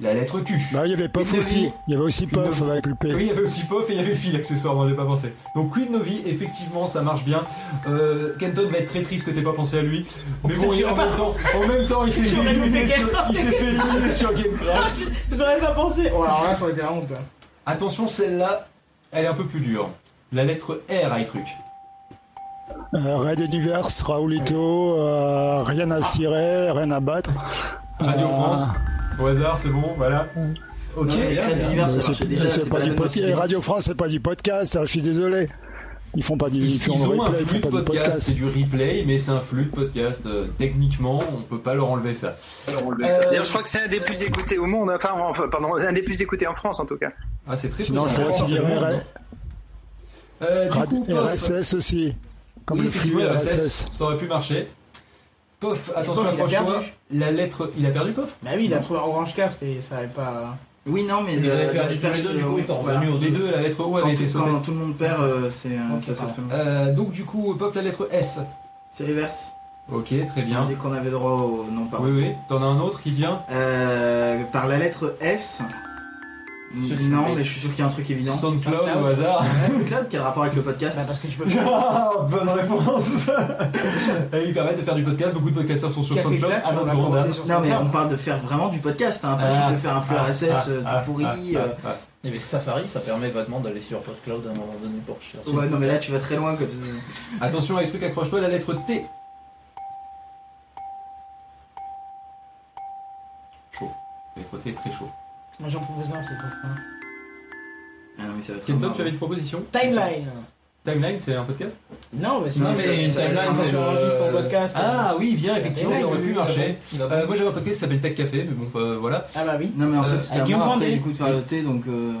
[SPEAKER 3] La lettre Q.
[SPEAKER 8] Bah, il y avait Pof
[SPEAKER 3] Une
[SPEAKER 8] aussi.
[SPEAKER 3] vie.
[SPEAKER 8] Il y avait aussi Pof
[SPEAKER 3] Une-
[SPEAKER 8] avec le P.
[SPEAKER 3] Oui, il y avait aussi Pof et il y avait Phil, accessoirement, j'ai pas pensé. Donc Queen Novi, effectivement, ça marche bien. Euh, Kenton va être très triste que t'aies pas pensé à lui. Mais bon, il- en, même temps, en même temps, il s'est fait
[SPEAKER 6] J'aurais
[SPEAKER 3] éliminer
[SPEAKER 6] voulu
[SPEAKER 3] sur,
[SPEAKER 6] Gamecraft.
[SPEAKER 3] il s'est fait éliminer sur Gamecraft.
[SPEAKER 6] Je n'aurais pas pensé. Oh, alors là, ça aurait été la honte. hein.
[SPEAKER 3] Attention, celle-là, elle est un peu plus dure. La lettre R, I truc.
[SPEAKER 8] Euh, Red Universe, Raoulito, euh, rien à cirer, rien à battre.
[SPEAKER 3] Radio
[SPEAKER 8] Euh,
[SPEAKER 3] France. Au hasard, c'est bon, voilà. Ok,
[SPEAKER 9] Non, mais Crème Univers, ça
[SPEAKER 8] c'est-
[SPEAKER 9] marchait déjà,
[SPEAKER 8] c'est
[SPEAKER 9] c'est
[SPEAKER 8] pas
[SPEAKER 9] pas la
[SPEAKER 8] du
[SPEAKER 9] même
[SPEAKER 8] podcast.
[SPEAKER 9] possibilité.
[SPEAKER 8] Radio France, c'est pas du podcast, hein, je suis désolé. Ils font pas du
[SPEAKER 3] Ils,
[SPEAKER 8] ils font
[SPEAKER 3] ils
[SPEAKER 8] du
[SPEAKER 3] ont un
[SPEAKER 8] replay, ils
[SPEAKER 3] flux
[SPEAKER 8] font
[SPEAKER 3] de
[SPEAKER 8] pas du
[SPEAKER 3] podcast,
[SPEAKER 8] podcast.
[SPEAKER 3] c'est du replay, mais c'est un flux de podcast. Euh, techniquement, on peut pas leur enlever ça.
[SPEAKER 4] D'ailleurs, Euh, je crois que c'est un des plus écoutés au monde. Enfin, enfin, pardon, un des plus écoutés en France en tout cas.
[SPEAKER 3] Ah, c'est très
[SPEAKER 8] Sinon,
[SPEAKER 3] possible.
[SPEAKER 8] je pourrais aussi dire
[SPEAKER 3] Forcément,
[SPEAKER 8] RL.
[SPEAKER 3] non. Euh, du
[SPEAKER 11] Rad-
[SPEAKER 3] coup,
[SPEAKER 11] et
[SPEAKER 3] pof.
[SPEAKER 11] RSS aussi, comme
[SPEAKER 3] Oui,
[SPEAKER 11] le flux
[SPEAKER 3] effectivement,
[SPEAKER 11] RSS.
[SPEAKER 3] Ça aurait pu marcher. Pof, attention,
[SPEAKER 10] Pof, il a
[SPEAKER 3] accroche-toi.
[SPEAKER 10] perdu.
[SPEAKER 3] La lettre. Il a perdu, Pof
[SPEAKER 10] Bah oui, il a trouvé Orange Cast et ça avait pas.
[SPEAKER 9] Oui, non, mais.
[SPEAKER 10] Ils
[SPEAKER 9] euh,
[SPEAKER 10] avaient perdu
[SPEAKER 9] la-
[SPEAKER 10] tous les deux, du
[SPEAKER 9] euh,
[SPEAKER 10] coup, ils sont
[SPEAKER 9] voilà.
[SPEAKER 10] revenus
[SPEAKER 3] Les deux, la lettre O
[SPEAKER 9] Quand
[SPEAKER 3] avait
[SPEAKER 9] tout-
[SPEAKER 3] été sautée.
[SPEAKER 9] Quand tout le monde perd, euh, c'est, euh, ça sauve tout le monde.
[SPEAKER 3] Euh, donc, du coup, Pof, la lettre S.
[SPEAKER 9] C'est reverse.
[SPEAKER 3] Ok, très bien.
[SPEAKER 9] Dès qu'on avait droit au nom par
[SPEAKER 3] Oui, oui. T'en as un autre qui vient
[SPEAKER 9] Euh, par la lettre S.
[SPEAKER 3] Je suis
[SPEAKER 9] Non,
[SPEAKER 3] sûr.
[SPEAKER 9] mais je suis sûr qu'il y a un truc évident.
[SPEAKER 3] Soundcloud, au hasard.
[SPEAKER 9] Soundcloud, quel rapport avec le podcast
[SPEAKER 3] Bah,
[SPEAKER 10] Parce que je peux
[SPEAKER 3] Ah, bonne réponse Et ils permettent de faire du podcast, beaucoup de podcasteurs sont sur
[SPEAKER 10] Café
[SPEAKER 3] SoundCloud,
[SPEAKER 10] Clash,
[SPEAKER 3] à
[SPEAKER 10] on
[SPEAKER 3] notre
[SPEAKER 10] a
[SPEAKER 3] grande
[SPEAKER 10] commencé
[SPEAKER 3] dame.
[SPEAKER 10] sur
[SPEAKER 9] Non, mais
[SPEAKER 10] Soundcloud.
[SPEAKER 9] on parle de faire vraiment du podcast, hein, pas
[SPEAKER 2] Ah,
[SPEAKER 9] juste de faire un flux
[SPEAKER 2] ah,
[SPEAKER 9] RSS euh,
[SPEAKER 2] ah,
[SPEAKER 9] tout pourri.
[SPEAKER 2] ah,
[SPEAKER 9] euh.
[SPEAKER 2] ah, ah. Et mais Safari, ça permet vaguement d'aller sur PodCloud à un moment donné pour chercher.
[SPEAKER 9] Ouais, non, mais là, tu vas très loin. Comme...
[SPEAKER 3] ah. Attention avec trucs, accroche-toi, la lettre T. Chaud. La lettre T, très chaud.
[SPEAKER 10] Moi j'en propose un, c'est trop fun.
[SPEAKER 9] Ah, non, mais ça va très
[SPEAKER 3] Kenton,
[SPEAKER 9] loin.
[SPEAKER 3] tu avais une proposition
[SPEAKER 10] Timeline
[SPEAKER 3] Timeline, c'est un podcast
[SPEAKER 10] Non, mais c'est
[SPEAKER 3] Non, mais
[SPEAKER 10] c'est-
[SPEAKER 3] une
[SPEAKER 10] c'est
[SPEAKER 3] timeline,
[SPEAKER 10] quand
[SPEAKER 3] c'est
[SPEAKER 10] tu
[SPEAKER 3] le-
[SPEAKER 10] enregistres ton podcast.
[SPEAKER 3] Ah oui, bien,
[SPEAKER 10] La
[SPEAKER 3] effectivement, ça
[SPEAKER 10] timeline,
[SPEAKER 3] aurait pu
[SPEAKER 10] oui,
[SPEAKER 3] marcher.
[SPEAKER 2] Il va-
[SPEAKER 3] Euh, moi j'avais un podcast qui s'appelle Tech Café, mais bon, euh, voilà.
[SPEAKER 10] Ah bah oui.
[SPEAKER 9] Non, mais en
[SPEAKER 3] Euh,
[SPEAKER 9] fait, c'était
[SPEAKER 10] à
[SPEAKER 9] à
[SPEAKER 10] Guillaume
[SPEAKER 9] moi après,
[SPEAKER 10] Vendée.
[SPEAKER 9] du coup, de faire le thé, donc. euh,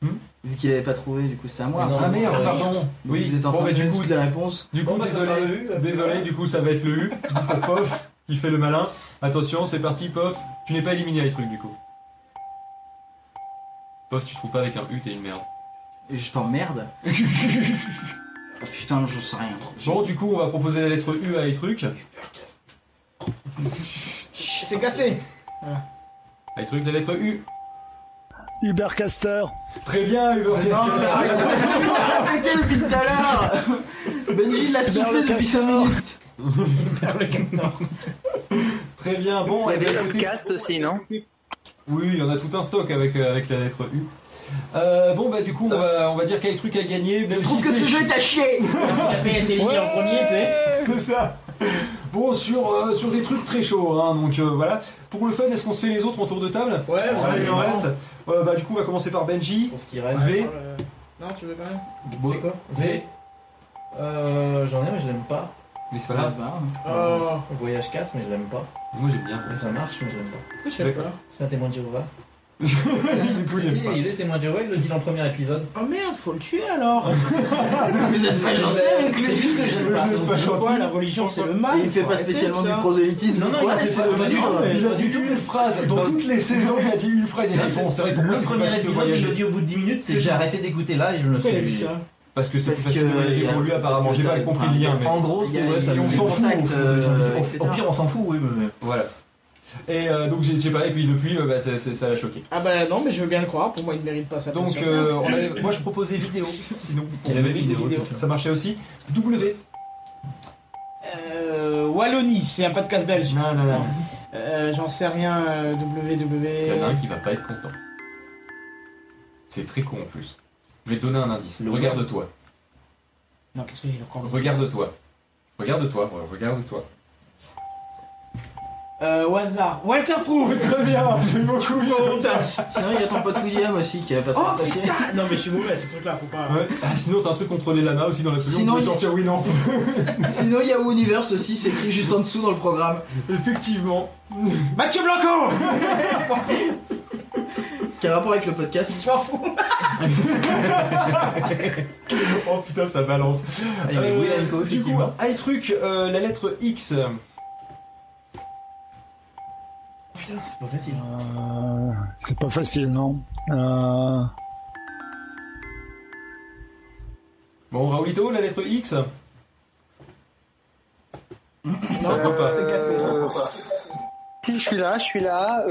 [SPEAKER 3] Hum
[SPEAKER 9] Vu qu'il avait pas trouvé, du coup, c'était à moi.
[SPEAKER 2] Mais non,
[SPEAKER 9] après.
[SPEAKER 2] ah merde,
[SPEAKER 9] Donc,
[SPEAKER 3] pardon. Oui.
[SPEAKER 9] Vous êtes en
[SPEAKER 3] Bon,
[SPEAKER 9] train
[SPEAKER 3] bah,
[SPEAKER 9] de
[SPEAKER 3] du
[SPEAKER 9] donner
[SPEAKER 3] coup-
[SPEAKER 9] toutes les réponses.
[SPEAKER 3] Du coup,
[SPEAKER 2] Bon, bah, ça
[SPEAKER 3] désolé,
[SPEAKER 2] sera le U, euh,
[SPEAKER 3] désolé, du coup, ça va être le U pour Pof, qui fait le malin. Attention, c'est parti, Pof. Tu n'es pas éliminé les trucs, du coup. Pof, si tu trouves pas avec un U, t'es une merde.
[SPEAKER 9] Et Je t'emmerde. Oh, putain, j'en sais rien.
[SPEAKER 3] Bon, du coup, on va proposer la lettre U à les trucs.
[SPEAKER 10] C'est cassé
[SPEAKER 3] À les trucs, la lettre U.
[SPEAKER 11] Ubercaster.
[SPEAKER 3] Très bien, Ubercaster.
[SPEAKER 9] Non, mais arrête, arrête, arrêtez depuis tout à l'heure Benji l'a soufflé depuis 5 minutes
[SPEAKER 10] le castor.
[SPEAKER 3] Très bien, bon.
[SPEAKER 4] Il y
[SPEAKER 3] eh
[SPEAKER 4] avait
[SPEAKER 3] bien, écoutez-
[SPEAKER 4] Upcast aussi, non
[SPEAKER 3] Oui, il y en a tout un stock avec, euh, avec la lettre U. Euh, bon, bah, du coup, on va, on va dire qu'il y a des trucs à gagner. Même
[SPEAKER 9] Je trouve
[SPEAKER 3] si
[SPEAKER 9] que
[SPEAKER 3] c'est
[SPEAKER 9] ce jeu est à chier
[SPEAKER 10] Après, il a été éliminé en premier, tu sais.
[SPEAKER 3] C'est ça. Bon, sur, euh, sur des trucs très chauds, hein, donc euh, voilà. Pour le fun, est-ce qu'on se fait les autres en tour de table
[SPEAKER 10] Ouais,
[SPEAKER 3] Allez,
[SPEAKER 10] vas-y,
[SPEAKER 3] il en reste. Euh, bah, du coup, on va commencer par Benji.
[SPEAKER 2] Pour ce qui reste.
[SPEAKER 10] Sans
[SPEAKER 3] V.
[SPEAKER 10] le- Non, tu veux quand même
[SPEAKER 2] C'est quoi V. Euh, J'en ai, mais je l'aime pas.
[SPEAKER 3] Mais c'est pas
[SPEAKER 9] Ah,
[SPEAKER 3] grave.
[SPEAKER 9] c'est pas grave.
[SPEAKER 10] Oh,
[SPEAKER 2] Voyage 4, mais je l'aime pas.
[SPEAKER 3] Moi, j'aime bien.
[SPEAKER 2] Ça marche, mais je l'aime pas.
[SPEAKER 10] pourquoi tu fais peur
[SPEAKER 2] C'est un témoin de Jéhovah. Ah,
[SPEAKER 3] du coup, il aime pas.
[SPEAKER 2] Il est témoin de Jéhovah, il le dit dans le premier épisode.
[SPEAKER 10] Oh merde, faut le tuer alors
[SPEAKER 9] Vous êtes pas gentil avec
[SPEAKER 2] C'est
[SPEAKER 9] lui
[SPEAKER 2] juste que j'aime pas.
[SPEAKER 3] Vous êtes pas
[SPEAKER 2] Donc,
[SPEAKER 3] gentil.
[SPEAKER 10] Pourquoi la religion c'est le mal
[SPEAKER 9] Et il fait
[SPEAKER 10] faut
[SPEAKER 9] pas
[SPEAKER 10] arrêter
[SPEAKER 9] spécialement
[SPEAKER 10] avec
[SPEAKER 9] du
[SPEAKER 10] ça.
[SPEAKER 9] prosélytisme.
[SPEAKER 2] Non, non, il
[SPEAKER 9] Voilà,
[SPEAKER 2] en fait
[SPEAKER 9] c'est
[SPEAKER 2] pas,
[SPEAKER 9] le
[SPEAKER 2] non,
[SPEAKER 9] livre.
[SPEAKER 2] non, mais-
[SPEAKER 3] hein. Il a dit une phrase. Dans toutes les saisons, il a dit une phrase. Il a dit bon, c'est vrai que moi,
[SPEAKER 2] Bah, Le
[SPEAKER 3] c'est plus
[SPEAKER 2] premier
[SPEAKER 3] facile de
[SPEAKER 2] épisode, il le
[SPEAKER 3] voyager.
[SPEAKER 2] dit au bout de 10 minutes,
[SPEAKER 3] C'est
[SPEAKER 2] c'est j'ai arrêté d'écouter là et je me
[SPEAKER 10] Pourquoi il a dit
[SPEAKER 2] suis.
[SPEAKER 10] ça
[SPEAKER 3] Parce que c'est plus
[SPEAKER 9] Parce
[SPEAKER 3] facile de
[SPEAKER 9] que,
[SPEAKER 3] voyager
[SPEAKER 9] euh,
[SPEAKER 3] pour lui,
[SPEAKER 9] parce
[SPEAKER 3] apparemment.
[SPEAKER 9] que
[SPEAKER 3] J'ai pas
[SPEAKER 9] t'as-
[SPEAKER 3] compris le lien, mais.
[SPEAKER 2] En gros,
[SPEAKER 9] Il y
[SPEAKER 2] c'est
[SPEAKER 9] a-
[SPEAKER 2] ouais, ça
[SPEAKER 9] on
[SPEAKER 2] me-
[SPEAKER 9] s'en fout,
[SPEAKER 2] au-
[SPEAKER 9] euh,
[SPEAKER 2] au- Au
[SPEAKER 9] etc.
[SPEAKER 2] pire, on s'en fout, oui, mais.
[SPEAKER 3] Voilà. Et euh, donc, j'ai- je sais pas, et puis depuis, euh, bah, c'est- c'est- ça l'a choqué.
[SPEAKER 10] Ah bah non, mais je veux bien le croire, pour moi il ne mérite pas sa
[SPEAKER 3] Donc,
[SPEAKER 10] pension.
[SPEAKER 3] euh, on avait- moi je proposais vidéo, sinon
[SPEAKER 2] Il avait vidéo,
[SPEAKER 3] ça marchait aussi. W.
[SPEAKER 10] Euh, Wallonie, c'est un podcast belge.
[SPEAKER 3] Non, non, non.
[SPEAKER 10] Euh, J'en sais rien, euh,
[SPEAKER 3] Il y en a un
[SPEAKER 10] WW.
[SPEAKER 3] qui va pas être content. C'est très con en plus. Je vais te donner un indice.
[SPEAKER 2] Le
[SPEAKER 3] Regarde-toi.
[SPEAKER 10] Non, qu'est-ce que j'ai encore
[SPEAKER 3] Regarde-toi. Regarde-toi. ouais, Regarde-toi.
[SPEAKER 10] Euh, au hasard. Waterproof
[SPEAKER 3] Très bien, c'est beaucoup mieux.
[SPEAKER 9] Sinon, il y a ton pote William aussi qui a pas
[SPEAKER 10] Oh
[SPEAKER 9] trop passé.
[SPEAKER 10] putain Non, mais je suis mauvais à ces trucs là, faut pas.
[SPEAKER 3] Ouais. Ah, sinon, t'as un truc contre les lamas aussi dans la pluie.
[SPEAKER 9] Sinon,
[SPEAKER 3] on peut
[SPEAKER 9] il-
[SPEAKER 3] sortir oui, non.
[SPEAKER 9] Sinon, il y a Universe aussi, c'est écrit juste en dessous dans le programme.
[SPEAKER 3] Effectivement.
[SPEAKER 10] Mathieu Blanco
[SPEAKER 9] Quel rapport avec le podcast
[SPEAKER 10] Je m'en fous
[SPEAKER 3] Oh putain, ça balance.
[SPEAKER 2] il y avait
[SPEAKER 3] Euh,
[SPEAKER 2] William Coe,
[SPEAKER 3] du coup,
[SPEAKER 2] effectivement.
[SPEAKER 3] un truc, euh, la lettre X.
[SPEAKER 2] Putain, c'est pas facile.
[SPEAKER 11] Euh, c'est pas facile, non Euh,
[SPEAKER 3] Bon, Raoulito, la lettre X.
[SPEAKER 9] Euh,
[SPEAKER 10] Non,
[SPEAKER 3] comprends pas.
[SPEAKER 10] c'est cassé. je comprends pas.
[SPEAKER 4] Euh, Si, je suis là, je suis là. Euh,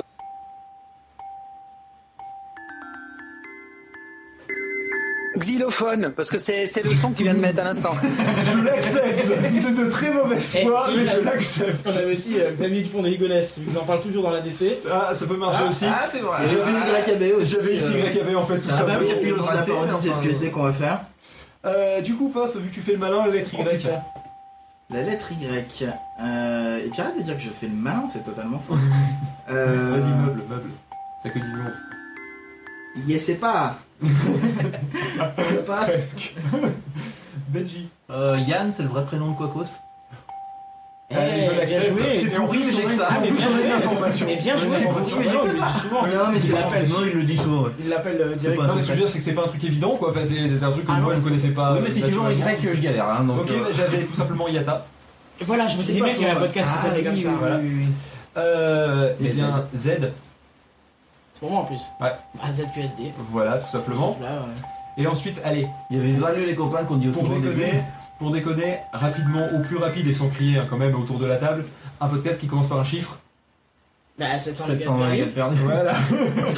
[SPEAKER 4] Xylophone, parce que c'est c'est le son que tu viens de mettre à l'instant.
[SPEAKER 3] Je l'accepte. C'est de très mauvaise
[SPEAKER 10] Eh,
[SPEAKER 3] foi,
[SPEAKER 10] si,
[SPEAKER 3] mais
[SPEAKER 10] là-
[SPEAKER 3] je l'accepte.
[SPEAKER 10] On avait aussi euh, Xavier Dupont de Ligonnès, ils en parlent toujours dans la DC.
[SPEAKER 3] Ah, ça peut marcher aussi.
[SPEAKER 2] c'est
[SPEAKER 9] Et le YAB aussi.
[SPEAKER 3] J'avais eu
[SPEAKER 9] euh,
[SPEAKER 3] YAB en fait tout
[SPEAKER 9] Ah
[SPEAKER 3] ça.
[SPEAKER 9] bah oui, et puis
[SPEAKER 2] on
[SPEAKER 9] dans
[SPEAKER 2] l'a
[SPEAKER 9] la
[SPEAKER 2] fait,
[SPEAKER 9] parodie de cette
[SPEAKER 2] enfin,
[SPEAKER 9] QSD qu'on va faire.
[SPEAKER 3] Euh, du coup, paf, vu que tu fais le malin, la lettre Y.
[SPEAKER 10] putain.
[SPEAKER 9] La lettre Y. Euh, et puis arrête de dire que je fais le malin, c'est totalement faux. Euh,
[SPEAKER 3] Vas-y, meuble, meuble. T'as que 10 secondes.
[SPEAKER 9] Yes, c'est pas. je passe.
[SPEAKER 3] Benji.
[SPEAKER 2] Euh, Yann, c'est le vrai prénom de Quacos
[SPEAKER 10] Eh,
[SPEAKER 3] Allez, je Eh, l'accepte. C'est pourri, mais j'ai que ça.
[SPEAKER 10] Mais
[SPEAKER 3] Ah, mais bien joué.
[SPEAKER 10] Mais Eh, bien joué,
[SPEAKER 3] Mais
[SPEAKER 10] mais
[SPEAKER 3] bon,
[SPEAKER 10] pourri,
[SPEAKER 3] mais
[SPEAKER 10] mais
[SPEAKER 3] j'ai
[SPEAKER 10] il
[SPEAKER 3] que
[SPEAKER 10] le
[SPEAKER 3] ça.
[SPEAKER 10] dit souvent.
[SPEAKER 3] Mais non, mais c'est
[SPEAKER 10] Il
[SPEAKER 3] la
[SPEAKER 10] l'appelle.
[SPEAKER 3] Non, il le dit souvent, ouais.
[SPEAKER 10] Il l'appelle euh,
[SPEAKER 3] C'est pas-
[SPEAKER 10] directement.
[SPEAKER 3] Non, mais ce que je veux dire, c'est que c'est pas un truc évident, quoi. Enfin, c'est c'est un truc que moi je connaissais pas.
[SPEAKER 2] Oui, mais si tu veux en
[SPEAKER 3] naturellement.
[SPEAKER 2] Y, je galère, hein, donc,
[SPEAKER 3] Ah, Ok,
[SPEAKER 2] euh,
[SPEAKER 3] bah, j'avais tout simplement Yata.
[SPEAKER 10] Voilà, je me
[SPEAKER 3] C'est
[SPEAKER 10] disais
[SPEAKER 3] pas
[SPEAKER 10] bien qu'il y avait un
[SPEAKER 3] faux,
[SPEAKER 10] podcast qui
[SPEAKER 3] ouais.
[SPEAKER 10] s'appelait
[SPEAKER 3] Ah,
[SPEAKER 10] comme
[SPEAKER 3] oui,
[SPEAKER 10] ça.
[SPEAKER 3] oui,
[SPEAKER 10] voilà.
[SPEAKER 3] oui, oui. Euh, eh
[SPEAKER 10] Mais
[SPEAKER 3] bien, Z.
[SPEAKER 10] C'est pour moi en plus.
[SPEAKER 3] Ouais.
[SPEAKER 10] ZQSD.
[SPEAKER 3] Voilà, tout simplement.
[SPEAKER 10] Là, ouais.
[SPEAKER 3] Et ensuite, allez.
[SPEAKER 2] Il y avait Salut les copains qu'on dit aussi
[SPEAKER 3] Pour
[SPEAKER 2] au début.
[SPEAKER 3] déconner, pour déconner, rapidement, au plus rapide et sans crier hein, quand même autour de la table, un podcast qui commence par un chiffre.
[SPEAKER 10] Bah, 700
[SPEAKER 3] 700
[SPEAKER 10] le
[SPEAKER 3] le
[SPEAKER 10] gars
[SPEAKER 3] gars
[SPEAKER 10] de
[SPEAKER 3] de
[SPEAKER 10] perdu.
[SPEAKER 3] Voilà.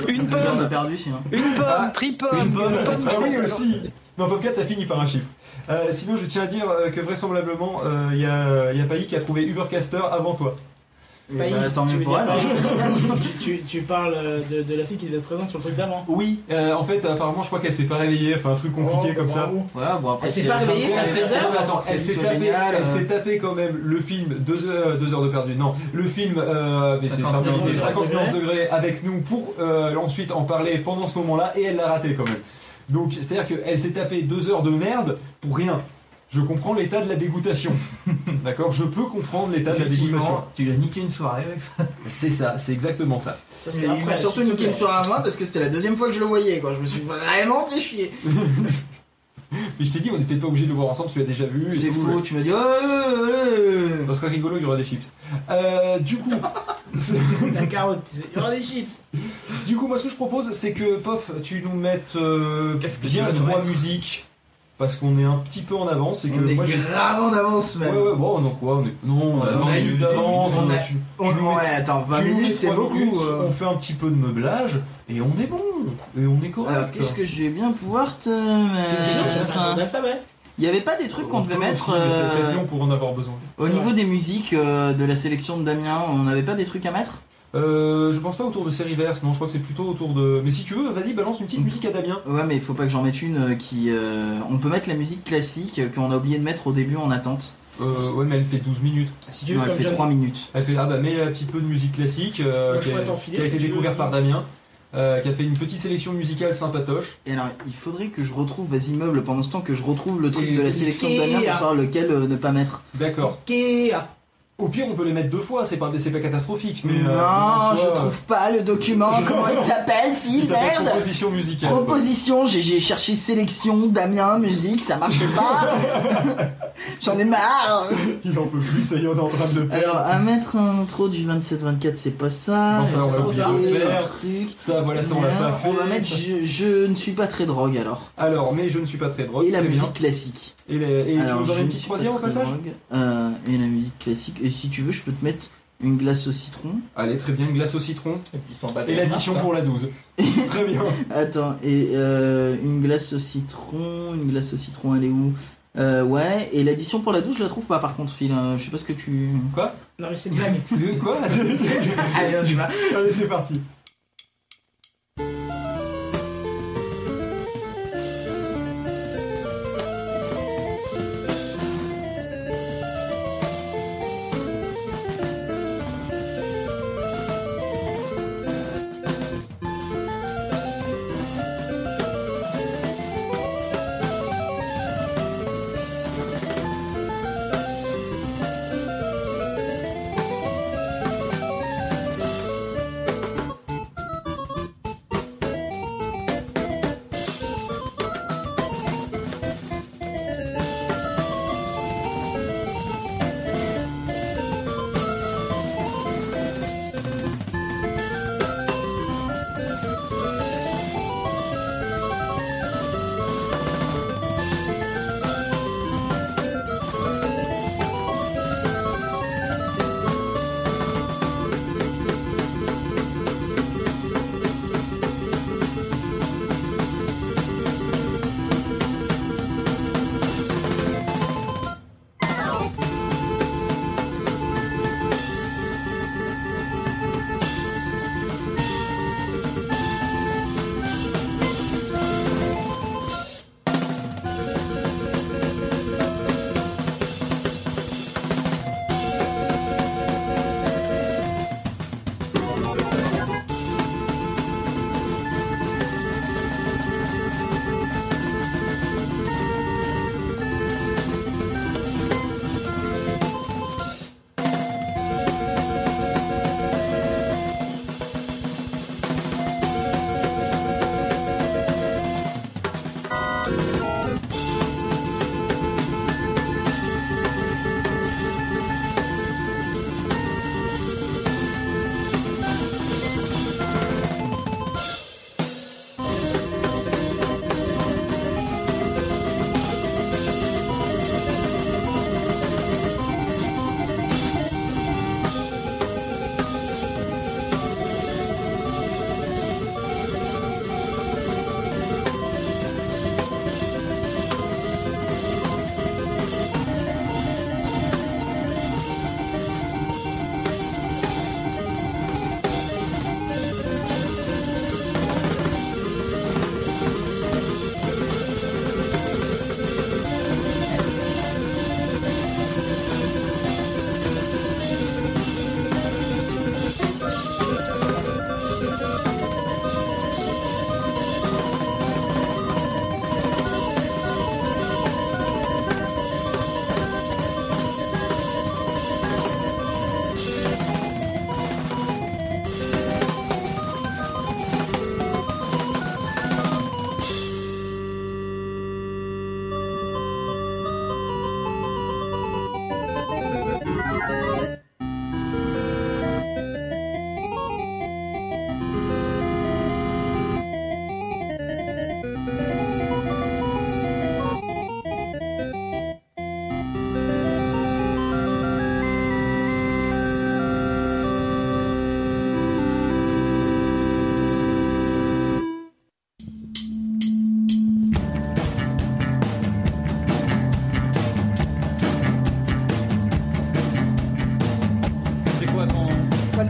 [SPEAKER 4] Une
[SPEAKER 9] On a
[SPEAKER 4] pomme,
[SPEAKER 9] perdu sinon.
[SPEAKER 4] une pomme, tripomme,
[SPEAKER 3] Une bonne,
[SPEAKER 4] pomme
[SPEAKER 3] ah oui,
[SPEAKER 4] triple.
[SPEAKER 3] aussi. Dans Pop 4, ça finit par un chiffre. Euh, sinon, je tiens à dire euh, que vraisemblablement, euh, il y a, y a Pailly qui a trouvé Ubercaster avant toi.
[SPEAKER 10] Bah,
[SPEAKER 9] Bah,
[SPEAKER 10] il-
[SPEAKER 9] tant
[SPEAKER 10] tu
[SPEAKER 9] mieux
[SPEAKER 10] veux
[SPEAKER 9] pour
[SPEAKER 10] dire,
[SPEAKER 9] elle.
[SPEAKER 10] bah, tu- tu- Tu parles euh, de de la fille qui était présente sur le truc d'avant.
[SPEAKER 3] Oui, euh, en fait, apparemment, je crois qu'elle s'est pas réveillée, enfin, un truc compliqué
[SPEAKER 10] Oh,
[SPEAKER 3] comme ça.
[SPEAKER 10] bravo.
[SPEAKER 9] Ouais, bon après
[SPEAKER 10] Elle s'est
[SPEAKER 9] si
[SPEAKER 10] pas
[SPEAKER 9] a le temps de
[SPEAKER 10] réveillée
[SPEAKER 9] faire,
[SPEAKER 10] à
[SPEAKER 9] elle-
[SPEAKER 10] 16 heures,
[SPEAKER 9] elle-
[SPEAKER 3] Attends,
[SPEAKER 9] attends,
[SPEAKER 3] elle s'est
[SPEAKER 9] c'est
[SPEAKER 3] tapée,
[SPEAKER 9] génial,
[SPEAKER 3] elle
[SPEAKER 9] euh,
[SPEAKER 3] s'est tapée quand même le film 2 heures, deux heures de perdu. Non, le film, euh, mais c'est
[SPEAKER 9] 51
[SPEAKER 3] 50
[SPEAKER 9] degrés.
[SPEAKER 3] 51 degrés avec nous pour euh, ensuite en parler pendant ce moment-là et elle l'a raté quand même. Donc c'est à dire qu'elle s'est tapée deux heures de merde pour rien. Je comprends l'état de la dégoûtation. D'accord Je peux comprendre l'état de la dégoûtation.
[SPEAKER 2] Effectivement, tu lui as niqué une soirée avec ça.
[SPEAKER 3] C'est ça, c'est exactement ça.
[SPEAKER 10] Ça,
[SPEAKER 9] Et
[SPEAKER 10] c'était
[SPEAKER 9] il
[SPEAKER 10] après,
[SPEAKER 9] m'a surtout
[SPEAKER 10] s'il te
[SPEAKER 9] niqué
[SPEAKER 10] plaît.
[SPEAKER 9] une soirée à moi parce que c'était la deuxième fois que je le voyais quoi. Je me suis vraiment fait chier.
[SPEAKER 3] Mais je t'ai dit, on n'était pas obligé de le voir ensemble, tu l'as déjà vu. et
[SPEAKER 9] C'est
[SPEAKER 3] tout.
[SPEAKER 9] faux, tu m'as dit oh, euh, euh.
[SPEAKER 3] Ça serait rigolo, il y aura des chips. Euh, du coup,
[SPEAKER 10] La carotte, tu sais. il y aura des chips.
[SPEAKER 3] Du coup, moi, ce que je propose, c'est que, pof, tu nous mettes euh, bien
[SPEAKER 2] tu vas
[SPEAKER 3] droit
[SPEAKER 2] mettre
[SPEAKER 3] musique, parce qu'on est un petit peu en avance, et que
[SPEAKER 9] On est
[SPEAKER 3] Euh, moi, j'ai-
[SPEAKER 9] grave en avance
[SPEAKER 3] Ouais,
[SPEAKER 9] même.
[SPEAKER 3] ouais, bon, non, quoi, on est... Non, on a
[SPEAKER 9] On
[SPEAKER 3] 20
[SPEAKER 9] a
[SPEAKER 3] minutes
[SPEAKER 9] une-
[SPEAKER 3] d'avance, euh,
[SPEAKER 9] on a-
[SPEAKER 3] tu- tu
[SPEAKER 9] On-
[SPEAKER 3] nous mets-
[SPEAKER 9] ouais, attends, 20
[SPEAKER 3] tu nous mets
[SPEAKER 9] minutes c'est
[SPEAKER 3] trois
[SPEAKER 9] beaucoup.
[SPEAKER 3] minutes,
[SPEAKER 9] euh.
[SPEAKER 3] On fait un petit peu de meublage, et on est bon, et on est correct.
[SPEAKER 9] Alors qu'est-ce que je vais bien pouvoir te.
[SPEAKER 3] Ah.
[SPEAKER 10] Déjà,
[SPEAKER 9] mettre
[SPEAKER 10] on a fait un tour d'alphabet.
[SPEAKER 9] Il y avait pas des trucs qu'on devait mettre
[SPEAKER 3] C'est
[SPEAKER 9] euh,
[SPEAKER 3] pour en avoir besoin.
[SPEAKER 9] au
[SPEAKER 10] C'est
[SPEAKER 9] niveau
[SPEAKER 10] vrai.
[SPEAKER 9] des musiques euh, de la sélection de Damien. On n'avait pas des trucs à mettre
[SPEAKER 3] Euh, je pense pas autour de Seriverse, non, je crois que c'est plutôt autour de... Mais si tu veux, vas-y, balance une petite musique à Damien.
[SPEAKER 9] Ouais, mais il faut pas que j'en mette une euh, qui. euh, On peut mettre la musique classique euh, qu'on a oublié de mettre au début en attente.
[SPEAKER 3] Euh, ouais, mais elle fait 12 minutes.
[SPEAKER 10] Si tu veux,
[SPEAKER 9] Non, elle
[SPEAKER 10] comme
[SPEAKER 9] fait
[SPEAKER 10] John-
[SPEAKER 9] 3 minutes.
[SPEAKER 3] Elle fait ah bah mets un petit peu de musique classique euh,
[SPEAKER 10] Moi, je
[SPEAKER 3] qui,
[SPEAKER 10] pourrais
[SPEAKER 3] a,
[SPEAKER 10] t'en filer,
[SPEAKER 3] qui a
[SPEAKER 10] si
[SPEAKER 3] été
[SPEAKER 10] tu veux
[SPEAKER 3] découverte
[SPEAKER 10] aussi.
[SPEAKER 3] par Damien, euh, qui a fait une petite sélection musicale sympatoche.
[SPEAKER 9] Et alors, il faudrait que je retrouve, vas-y, meuble, pendant ce temps que je retrouve le truc
[SPEAKER 3] Et-
[SPEAKER 9] de la sélection de Damien pour
[SPEAKER 10] Ikea.
[SPEAKER 9] savoir lequel euh, ne pas mettre.
[SPEAKER 3] D'accord.
[SPEAKER 10] Ikea.
[SPEAKER 3] Au pire on peut les mettre deux fois, c'est pas, c'est pas catastrophique. Mais,
[SPEAKER 9] non,
[SPEAKER 3] euh, en
[SPEAKER 9] je
[SPEAKER 3] soi,
[SPEAKER 9] trouve pas le document. Comment il s'appelle,
[SPEAKER 3] euh,
[SPEAKER 9] fils
[SPEAKER 3] ça s'appelle
[SPEAKER 9] Merde
[SPEAKER 3] composition musicale. quoi.
[SPEAKER 9] Proposition, j'ai- j'ai cherché sélection, Damien, musique, ça marche pas. J'en ai marre.
[SPEAKER 3] Il en peut plus, ça y est, on est en train de le perdre.
[SPEAKER 9] Alors, à mettre un intro du 27-24, c'est pas ça.
[SPEAKER 3] Non, ça, on l'a
[SPEAKER 10] oublié de
[SPEAKER 9] Et
[SPEAKER 3] faire.
[SPEAKER 9] un truc.
[SPEAKER 3] Ça voilà, ça on l'a pas fait.
[SPEAKER 9] On va mettre
[SPEAKER 3] ça.
[SPEAKER 9] je, je ne suis pas très drogue alors.
[SPEAKER 3] Alors, mais je ne suis pas très drogue.
[SPEAKER 9] et la
[SPEAKER 3] très
[SPEAKER 9] musique
[SPEAKER 3] bien.
[SPEAKER 9] classique.
[SPEAKER 3] Et, les- et
[SPEAKER 9] alors,
[SPEAKER 3] tu nous en
[SPEAKER 9] je
[SPEAKER 3] mets une
[SPEAKER 9] ne
[SPEAKER 3] petite
[SPEAKER 9] suis pas
[SPEAKER 3] troisième au
[SPEAKER 9] très
[SPEAKER 3] passage
[SPEAKER 9] drogue. Euh, Et la musique classique. Et si tu veux, je peux te mettre une glace au citron.
[SPEAKER 3] Allez, très bien, glace au citron.
[SPEAKER 2] Et puis il s'en bat
[SPEAKER 3] Et
[SPEAKER 2] les
[SPEAKER 3] l'addition
[SPEAKER 2] mains,
[SPEAKER 3] pour la 12. très bien.
[SPEAKER 9] Attends, et euh, une glace au citron. Une glace au citron, elle est où Euh, ouais, et l'addition pour la douche, je la trouve pas par contre, Phil. Euh, Je sais pas ce que tu.
[SPEAKER 10] Non, mais c'est une blague.
[SPEAKER 3] De quoi
[SPEAKER 9] Allez, on y va.
[SPEAKER 3] Allez, c'est parti.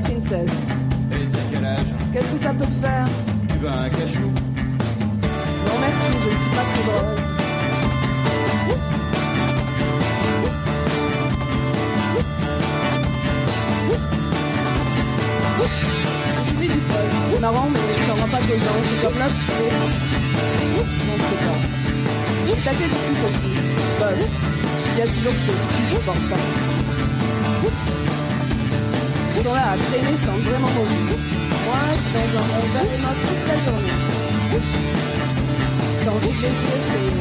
[SPEAKER 12] 16.
[SPEAKER 13] Et t'as quel âge
[SPEAKER 12] Qu'est-ce que ça peut te faire
[SPEAKER 13] Tu veux un cachou
[SPEAKER 12] Non merci, je ne suis pas très drôle. Tu fais du poil, c'est marrant mais ça rend pas plaisant, c'est comme là tu sais. Non c'est pas. T'as fait du truc aussi. Bon, il y a toujours ceux qui ne supportent pas. Ils sont là à traîner sans vraiment mauvais. Moi, dans un monde vraiment toute la journée. Quand j'ai les yeux,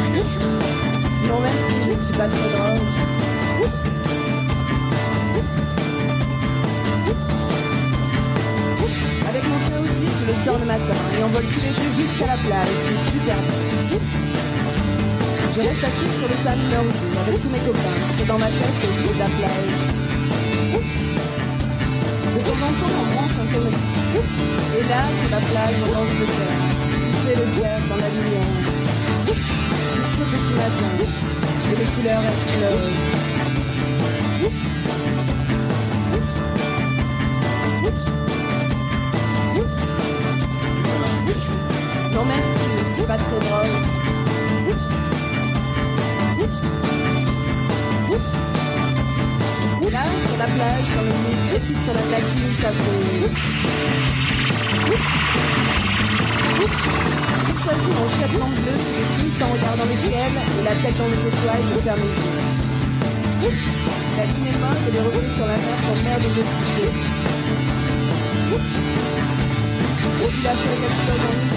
[SPEAKER 12] c'est... Non merci, je ne suis pas trop drôle. Avec mon chien outil, je le sors le matin et on vole tous les deux jusqu'à la plage. C'est super. Je reste assise sur le sable nord avec tous mes copains. C'est dans ma tête et c'est de la plage. De temps en temps, on branche un tonneau. Et là, sur la plage, on lance le cœur. Tu fais le cœur dans la lumière. Jusqu'au petit matin. Et les couleurs explosent. Non merci, je ne suis pas très drôle. Oups. Oups. Oups. Et là, sur la plage, quand on est petite sur la platine, ça fait... Oups. Oups. Oups. J'ai choisi mon chaperon bleu, je glisse en regardant le ciel, et la tête dans les étoiles, je ferme les yeux. Oups. La lune est morte et les reflets sur la mer sont mer de yeux touchés. Oups. Il a fait une explosion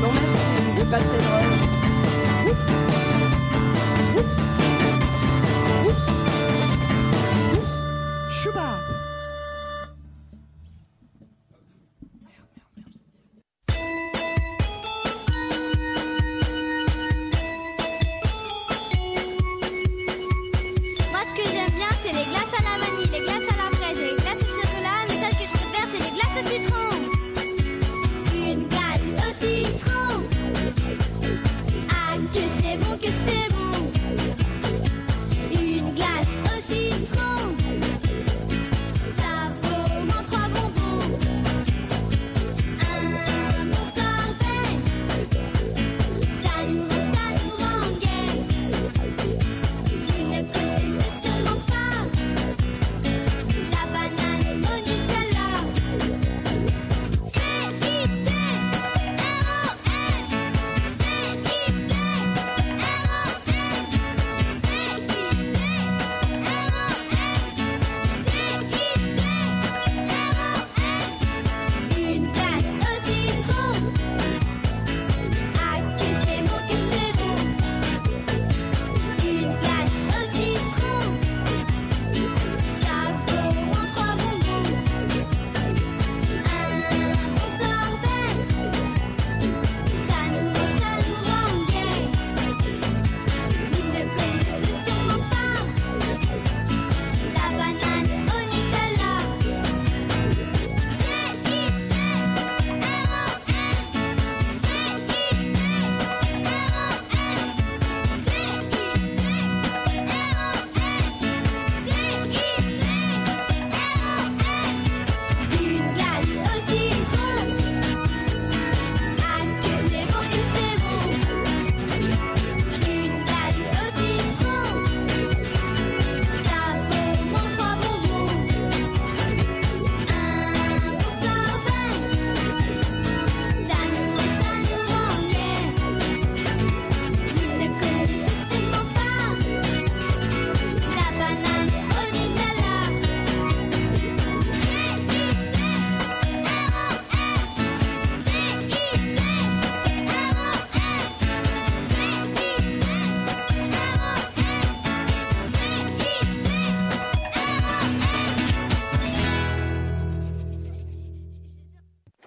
[SPEAKER 12] Non merci, c'est pas très Ah, Ah,